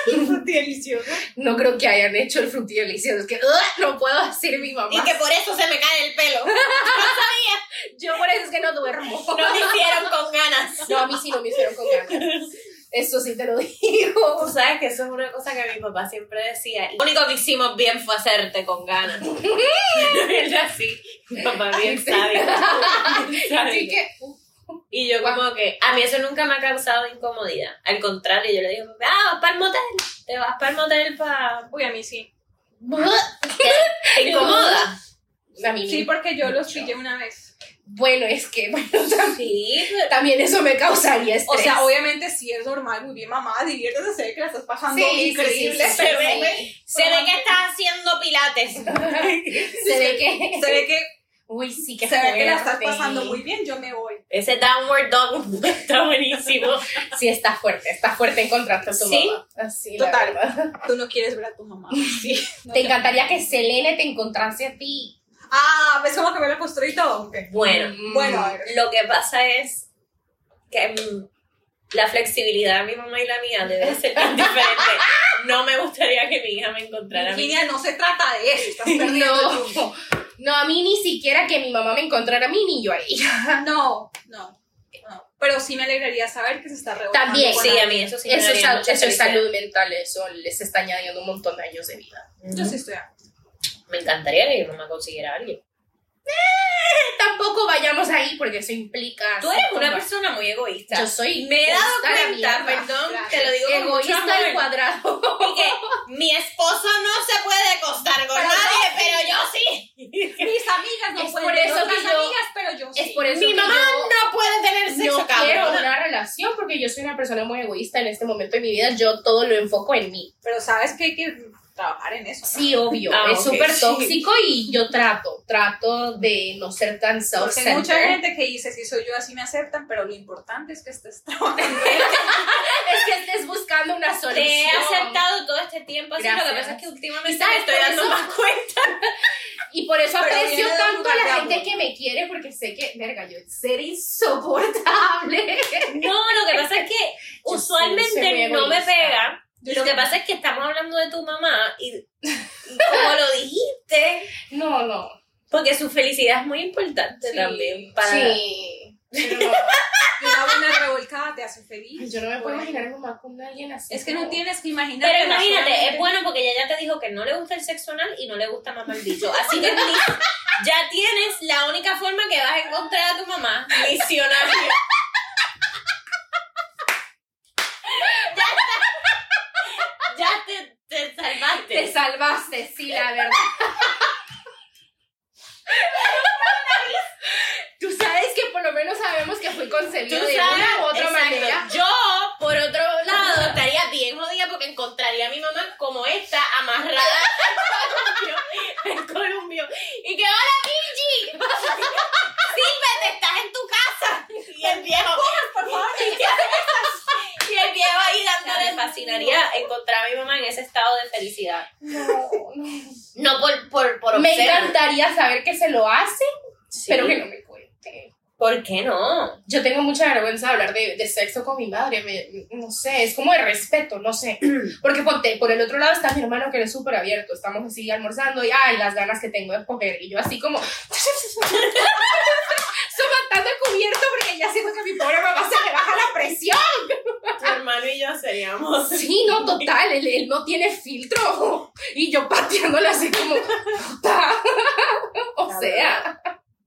S1: Delicioso.
S2: No, No creo que hayan hecho el frutí delicioso. Es que ¡ah! no puedo decir mi mamá.
S3: Y que por eso se me cae el pelo.
S2: Yo por eso es que no duermo.
S3: No lo hicieron con ganas.
S2: No, a mí sí no me hicieron con ganas. Eso sí te lo digo.
S3: Tú sabes que eso es una cosa que mi papá siempre decía. Lo único que hicimos bien fue hacerte con ganas. ¿Verdad? Sí. Mi papá bien sabio. Bien
S2: Así
S3: sabio.
S2: que,
S3: Y yo como que, a mí eso nunca me ha causado incomodidad. Al contrario, yo le digo, ah, vas para el motel. Te vas para el motel para...
S1: Uy, a mí sí.
S3: ¿Te incomoda?
S2: a mí,
S1: Sí, porque yo los pillé una vez.
S2: bueno, es que, bueno, tam-
S3: Sí, pero-
S2: también eso me causaría estrés.
S1: O sea, obviamente sí es normal, muy bien mamá, diviértete, sé que la estás pasando
S2: Sí, sí,
S1: increíble,
S2: sí, sí,
S1: pero
S3: sí.
S1: güey,
S3: se ve que estás haciendo pilates.
S2: se ve que,
S1: se ve que
S2: uy, sí que
S1: se ve que la estás
S2: fuerte.
S1: pasando muy bien, yo me voy.
S3: Ese downward dog está buenísimo.
S2: Sí, está fuerte, está fuerte en contrato a tu
S3: Sí.
S2: mamá. Así, la
S1: Total.
S2: verdad.
S1: Tú no quieres ver a tu mamá. Sí. No
S2: Te encantaría que Selene te encontrase a ti.
S1: Ah, ¿ves cómo que me lo construí todo? Ok.
S3: Bueno,
S2: Mm.
S1: Bueno, a ver.
S3: lo que pasa es que mm, la flexibilidad de mi mamá y la mía debe ser bien diferente. No me gustaría que mi hija me encontrara a mí.
S1: Virginia, no se trata de eso, estás perdiendo el punto.
S2: No, no, a mí ni siquiera que mi mamá me encontrara a mí ni yo a ella.
S1: No, no, no. Pero sí me alegraría saber que se está revolcando.
S2: También,
S1: con
S3: Sí,
S1: alguien.
S3: a mí eso sí me
S2: Eso, es,
S3: daría
S2: sal-
S3: mucha
S2: eso es
S3: felicidad.
S2: salud mental, eso les está añadiendo un montón de años de vida.
S1: Yo sí estoy. a-
S3: Me encantaría que mi mamá consiguiera a alguien.
S2: Tampoco vayamos ahí porque eso implica.
S3: Tú eres una persona muy egoísta.
S2: Yo soy.
S3: Me he dado
S2: egoísta de
S3: cuenta,
S2: mierda.
S3: perdón, te lo digo con mucho
S2: Egoísta al
S3: amor.
S2: cuadrado.
S3: Y que mi esposo no se puede acostar con
S2: Pero
S3: nadie,
S2: no,
S3: pero yo sí.
S1: Mis amigas no
S2: Es
S1: pueden
S2: por
S1: ver
S2: eso
S1: otras
S2: que yo-
S1: amigas, pero yo
S2: Es
S1: sí.
S2: por eso
S3: Mi
S2: que
S3: mamá
S2: yo-
S3: no puede tener sexo,
S2: no
S3: cabrón.
S2: quiero una relación porque yo soy una persona muy egoísta en este momento de mi vida. Yo todo lo enfoco en mí.
S1: Pero sabes que hay que trabajar en eso.
S2: Sí, obvio.
S3: Ah,
S2: es
S3: ok,
S2: súper
S3: sí.
S2: tóxico y yo trato, trato de no ser tan
S1: Porque hay mucha
S2: self-centered.
S1: gente que dice, si soy yo así me aceptan, pero lo importante es que estés trabajando.
S2: Es que estés buscando una solución.
S3: Te he aceptado todo este tiempo, así lo que
S2: Gracias.
S3: pasa es que últimamente
S2: ¿Sabes
S3: me estoy
S2: por
S3: dando
S2: eso?
S3: más cuenta.
S2: Y por eso
S1: Pero
S2: aprecio
S1: viene de un
S2: tanto a
S1: lugar de
S2: la gente
S1: amor.
S2: que me quiere porque sé que, verga, yo ser insoportable.
S3: No, lo que pasa es que
S2: Yo sí soy muy
S3: usualmente no me
S2: egoísta.
S3: pega.
S1: Yo
S3: Lo
S1: soy-
S3: que pasa es que estamos hablando de tu mamá y y como lo dijiste,
S2: No, no.
S3: porque su felicidad es muy importante
S1: Sí,
S3: también para
S2: Sí. Pero no.
S1: Y una buena revolcada te hace feliz.
S2: Yo no me puedo imaginar a mi mamá con alguien así.
S1: Es que no
S2: como-
S1: tienes que imaginar.
S3: Pero imagínate, es bueno porque ella ya te dijo que no le gusta el sexo anal y no le gusta mamar bicho. Así que ni- ya tienes la única forma que vas a encontrar a tu mamá, misionario. ya está. Ya te, te salvaste.
S2: Te salvaste, sí, la verdad. Tú sabes que por lo menos sabemos que fui concebido de una u otra
S3: exacto.
S2: manera.
S3: Yo, por otro lado, estaría bien jodida porque encontraría a mi mamá como esta, amarrada al columpio, al columpio. Y que, hola, Gigi, sírvete, estás en tu casa. Y el viejo, por favor, y el viejo ahí dándole. Me fascinaría encontrar a mi mamá en ese estado de felicidad.
S2: No, no.
S3: No por, por, por
S2: Me
S3: obsceno.
S2: encantaría saber que se lo hacen,
S3: Sí.
S2: pero que no me cuente.
S3: ¿Por qué no?
S2: Yo tengo mucha vergüenza de hablar de, de sexo con mi madre. me- no sé, es como de respeto, no sé. Porque ponte, por el otro lado está mi hermano que es súper abierto. Estamos así almorzando y, ay, las ganas que tengo de coger. Y yo así como... Somatando el cubierto porque ya siento que a mi pobre mamá se le baja la presión.
S5: Tu hermano y yo seríamos.
S2: Sí, no, total, él, él no tiene filtro. Y yo pateándole así como... puta. o sea...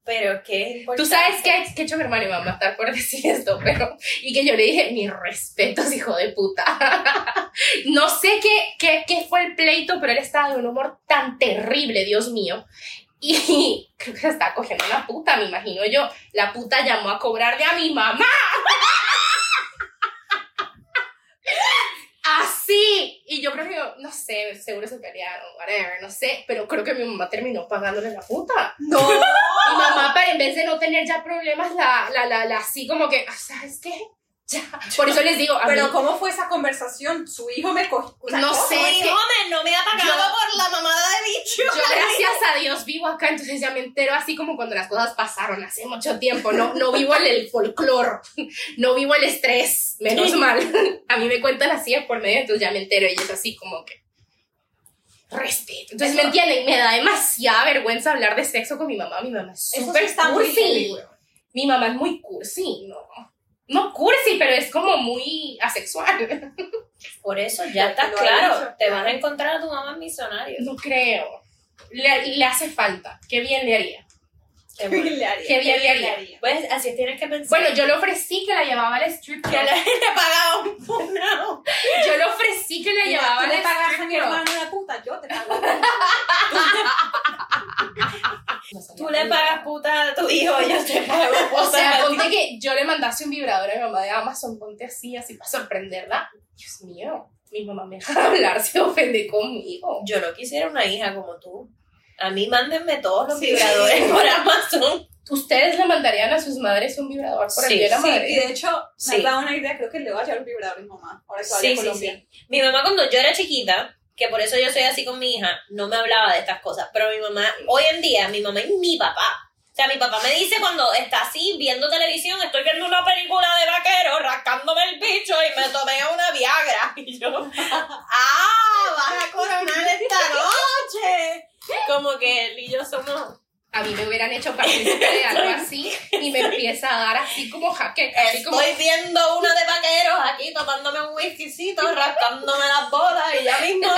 S3: Pero qué
S2: Tú sabes que, que hecho mi hermano iba a matar por decir esto, pero. Y que yo le dije, mis respetos, hijo de puta. no sé qué, qué, qué fue el pleito, pero él estaba de un humor tan terrible, Dios mío. Y creo que se estaba cogiendo una puta, me imagino yo. La puta llamó a cobrarle a mi mamá. Así. Y yo creo que, no sé, seguro se pelearon, whatever, no sé. Pero creo que mi mamá terminó pagándole la puta.
S1: No,
S2: Mi mamá, para en vez de no tener ya problemas, la, la, la, la así como que, "Ah, ¿sabes qué? Ya. Por eso les digo, a mí,
S1: pero ¿cómo fue esa conversación? Su hijo me cogió. o sea,
S2: no
S1: ¿cómo?
S2: sé, es que
S3: me, Oh, no me ha
S2: pagado
S3: por la mamada de bicho.
S2: yo gracias a Dios vivo acá, entonces ya me entero así como cuando las cosas pasaron hace mucho tiempo, no, no vivo el, el folclor, no vivo el estrés, menos mal. A mí me cuentan así de por medio, entonces ya me entero y es así como que respeto. Entonces, ¿me entienden? Me da demasiada vergüenza hablar de sexo con mi mamá, mi mamá
S1: Eso
S2: es
S1: sí
S2: súper
S1: está muy
S2: cursi.
S1: heavy, güey.
S2: Mi mamá es muy cursi, no. No cursi, pero es como muy asexual.
S3: Por eso ya está
S1: Lo ha
S3: claro.
S1: dicho.
S3: Te vas a encontrar a tu mamá en misionario.
S2: No creo. Le, le hace falta. Qué bien le haría.
S1: ¿Qué
S3: Qué bueno.
S1: le haría?
S2: Qué bien le haría.
S3: Pues así tienes que pensar.
S2: Bueno, yo le ofrecí que la llevaba al strip club.
S3: que la gente pagaba un punao.
S2: Yo le ofrecí que la
S1: Mira,
S2: llevaba
S1: tú
S2: al
S1: le pagas a mi
S2: strip club.
S1: hermano una puta, yo te pago.
S3: Tú le pagas puta a tu hijo, yo te pago puta.
S2: O sea, ponte que yo le mandase un vibrador a mi mamá de Amazon, ponte así, así para sorprenderla. Dios mío, mi mamá me deja de hablar, se ofende conmigo.
S3: yo no quisiera una hija como tú. A mí mándenme todos los
S1: Sí.
S3: vibradores por Amazon.
S2: ¿Ustedes le mandarían a sus madres un vibrador por el
S3: Sí,
S2: día de la
S1: Sí,
S2: madre?
S1: y de hecho, me
S3: Sí.
S1: has dado una idea, creo que le voy a llevar un vibrador a mi mamá. Ahora que vaya a Colombia.
S3: Mi mamá cuando yo era chiquita, que por eso yo soy así con mi hija, no me hablaba de estas cosas. Pero mi mamá, hoy en día, mi mamá y mi papá. O sea, mi papá me dice cuando está así viendo televisión, estoy viendo una película de vaquero, rascándome el bicho y me tomé una Viagra. Y yo, ¡ah! Vas a coronar esta noche. Como que él y yo somos
S2: a mí me hubieran hecho partícipe de algo así y me empieza a dar así como jaque, así como
S3: Estoy viendo una de vaqueros aquí tomándome un whiskycito, rascándome las bolas y ya mismo.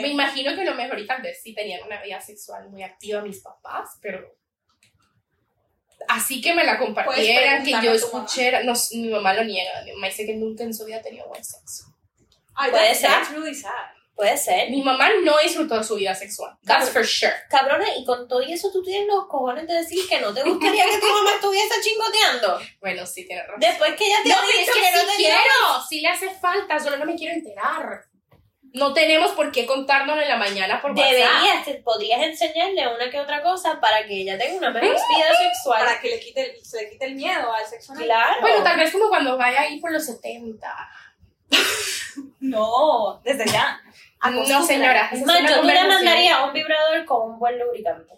S2: Me imagino que lo mejor y tal vez sí tenían una vida sexual muy activa mis papás, pero así que me la compartieran, que yo
S1: preguntarle a tu mamá.
S2: escuchara, no, s- mi mamá lo niega, mi mamá dice que nunca en su vida ha tenido buen sexo.
S1: Ay,
S3: Puede
S1: that's,
S3: ser.
S1: that's really sad.
S3: Puede ser.
S2: Mi mamá no disfrutó su vida sexual, that's for sure.
S3: Cabrona, y con todo y eso tú tienes los cojones de decir que no te gustaría que tu mamá estuviese chingoteando.
S2: Bueno, sí tiene razón.
S3: Después que ella te
S2: No,
S3: ha
S2: es
S3: dicho
S2: que,
S3: que no
S2: sí
S3: te
S2: quiero, sí le hace falta, solo no me quiero enterar. No tenemos por qué contárnoslo en la mañana por WhatsApp.
S3: Deberías, te- podrías enseñarle una que otra cosa para que ella tenga una mejor vida sexual.
S1: Para que le quite el, se le quite el miedo al sexo anal.
S3: Claro.
S2: Bueno, tal vez como cuando vaya ahí por los 70.
S1: No, desde ya.
S2: No, señora. esa es
S3: Man,
S2: una
S3: yo tú le
S2: conversación.
S3: mandaría un vibrador con un buen lubricante.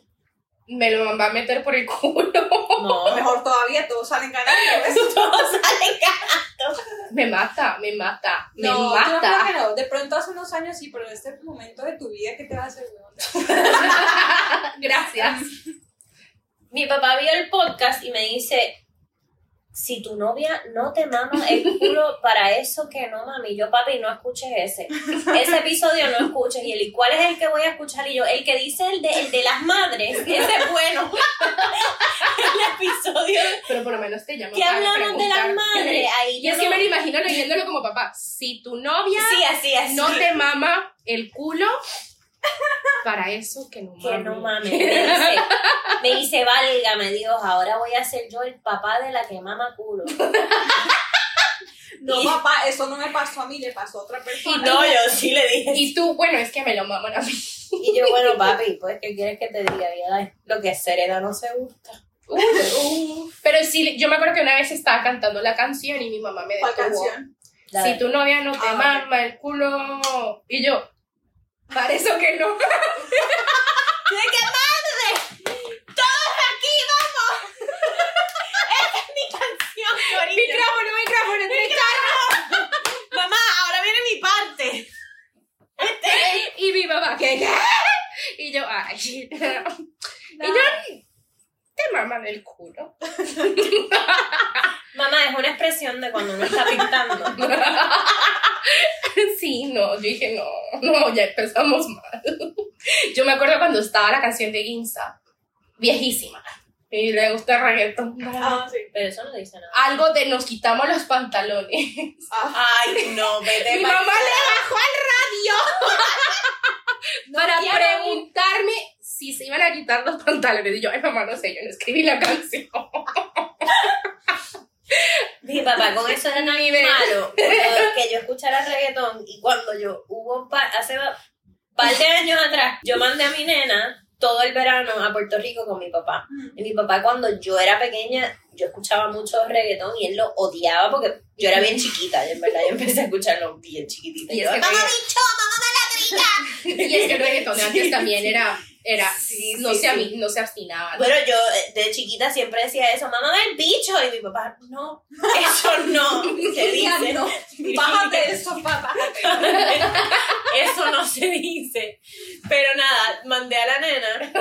S2: Me lo va a meter por el culo.
S3: No.
S1: Mejor todavía, todos salen ganando.
S3: Todos salen ca-
S2: Me mata, me mata, me
S1: No, yo creo
S2: mata.
S1: que no. De pronto hace unos años sí, pero en este momento de tu vida, ¿qué te va a hacer? weón?
S2: Gracias.
S3: Mi papá vio el podcast y me dice, si tu novia no te mama el culo para eso que no, mami, yo papi, no escuches ese. Ese episodio no escuches. Y él, ¿y cuál es el que voy a escuchar? Y yo, el que dice el de, el de las madres, ese es bueno. el episodio
S2: Pero por lo menos te llamo.
S3: que
S2: para
S3: hablaron de las
S2: preguntar.
S3: madres. Ahí
S2: Y
S3: yo
S2: es que
S3: no-
S2: me lo imagino leyéndolo como papá. Si tu novia
S3: Sí, así, así.
S2: no te mama el culo, para eso que no
S3: Que
S2: mames.
S3: no mames. Me dice, me dice, válgame Dios, ahora voy a ser yo el papá de la que mama culo.
S1: No,
S3: Y-
S1: papá, eso no me pasó a mí, le pasó a otra persona.
S3: No, yo sí le dije.
S2: Y tú, bueno, es que me lo maman a mí.
S3: Y yo, bueno, papi, pues, ¿qué quieres que te diga? Y ella, lo que se hereda no se gusta.
S2: Uh, uh. Pero sí, yo me acuerdo que una vez estaba cantando la canción y mi mamá me
S1: ¿Cuál
S2: detuvo.
S1: canción?
S3: La
S2: Si
S3: verdad.
S2: tu novia no te
S1: Ah,
S2: mama el culo. Y yo, para eso que no.
S3: ¡De qué madre! ¡Todos aquí, vamos! ¡Esta es mi canción, Corillo!
S2: Micrófono, micrófono, entre
S3: Mamá, ahora viene mi parte. Este
S2: Y mi mamá, que ¿qué? Y yo, ay. Y yo, te maman el culo.
S3: Mamá, es una expresión de cuando uno está pintando.
S2: Sí, no, yo dije, no, no, ya empezamos mal. Yo me acuerdo cuando estaba la canción de Ginza, viejísima, y le gusta el reggaetón.
S1: Ah, sí.
S3: Pero eso no dice nada.
S2: Algo de nos quitamos los pantalones.
S1: Ah,
S5: Ay, no, vete
S2: Mi
S5: pa-
S2: mamá le bajó al radio para
S1: quiero
S2: preguntarme si se iban a quitar los pantalones. Y yo, ay, mamá, no sé, yo no escribí la canción.
S3: Mi papá con eso era tan
S2: Nivel.
S3: malo pero que yo escuchara reggaetón y cuando yo hubo un par, hace un par de años atrás, yo mandé a mi nena todo el verano a Puerto Rico con mi papá. Y mi papá cuando yo era pequeña, yo escuchaba mucho reggaetón y él lo odiaba porque yo era bien chiquita, y en verdad yo empecé a escucharlo bien chiquitita.
S2: Y
S3: Y
S2: es
S3: yo,
S2: que
S3: "Mamá,
S2: regga-
S3: bicho, mamá, me la grita".
S2: Y es que el reggaetón de antes también era, era
S3: Sí,
S2: no,
S3: sí,
S2: se, ami-
S3: sí.
S2: no se abstinaba.
S3: Bueno, yo eh, de chiquita siempre decía eso, mamá, el bicho. Y mi papá, no, eso no, se
S1: ya
S3: dice.
S1: no. Bájate eso, papá.
S3: Eso no se dice. Pero nada, mandé a la nena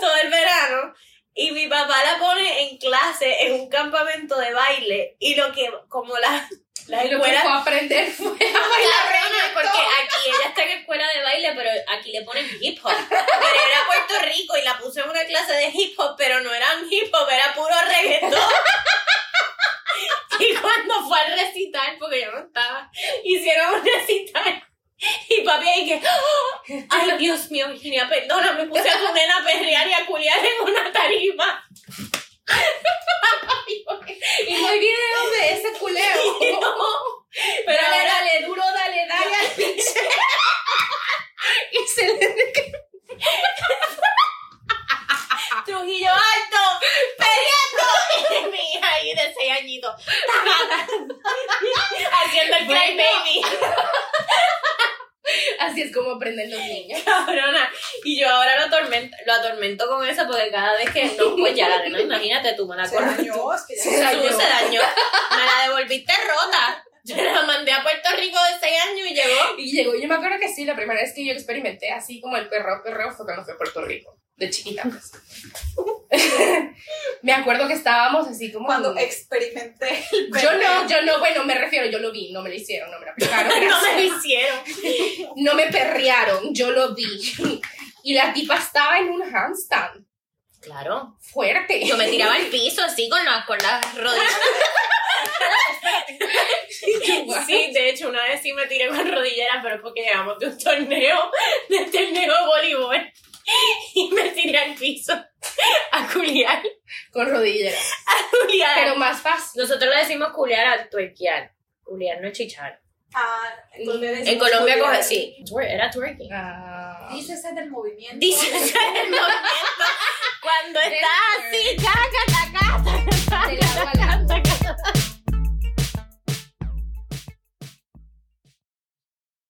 S3: todo el verano y mi papá la pone en clase en un campamento de baile y lo que como la la
S2: lo que fue
S3: escuela
S2: a aprender fue a bailar
S3: Cabrona, porque aquí ella está en escuela de baile, pero aquí le ponen hip hop. Pero era Puerto Rico y la puse en una clase de hip hop, pero no era un hip hop, era puro reggaetón. Y cuando fue al recital, porque yo no estaba, hicieron un recital. Y papi ahí que, ¡oh! ay Dios mío, Virginia, perdona, me puse a tu nena a perrear y a culiar en una tarima.
S2: reggaetón. Y no hay videos de ese culeo.
S3: Pero
S2: dale,
S3: ahora
S2: dale, duro, dale, dale al pinche. y se le...
S3: Trujillo alto, peleando. Y mi hija ahí de seis añitos. Haciendo el cry
S2: Bueno.
S3: baby.
S2: Así es como aprenden los niños.
S3: Cabrona. Y yo ahora lo atormento, lo atormento con eso porque cada vez que no, pues ya la nena, imagínate tú, me la
S1: Se
S3: corres.
S1: dañó, es que ya-
S3: Se dañó. se dañó. Me la devolviste rota. Yo la mandé a Puerto Rico de 6 años y llegó.
S2: Y llegó, yo me acuerdo que sí, la primera vez que yo experimenté así como el perro perreo fue cuando fui a Puerto Rico, de chiquita. pues. me acuerdo que estábamos así como...
S1: Cuando experimenté el
S2: yo
S1: perreo.
S2: no, yo no, bueno, me refiero, yo lo vi, no me lo hicieron, no me lo aplicaron,
S3: No
S2: gracias.
S3: me lo hicieron.
S2: no me perrearon, yo lo vi. Y la tipa estaba en un handstand,
S7: Claro.
S2: fuerte.
S7: Yo me tiraba al piso así con las, con las rodillas.
S3: Sí, de hecho, una vez sí me tiré con rodillera, pero es porque llegamos de un torneo, del torneo de voleibol. Y me tiré al piso a culiar.
S2: Con rodillera.
S3: culiar.
S7: Ah.
S2: Pero más fácil.
S3: Nosotros le decimos culiar a tuerquear. Culiar no es chichar.
S1: Ah, ¿dónde
S7: En
S1: decimos
S7: Colombia
S1: culiar?
S7: coge sí. Twer- Era twerking.
S2: Ah.
S1: Dícese del movimiento.
S7: Dice el movimiento. Cuando estás así, caca,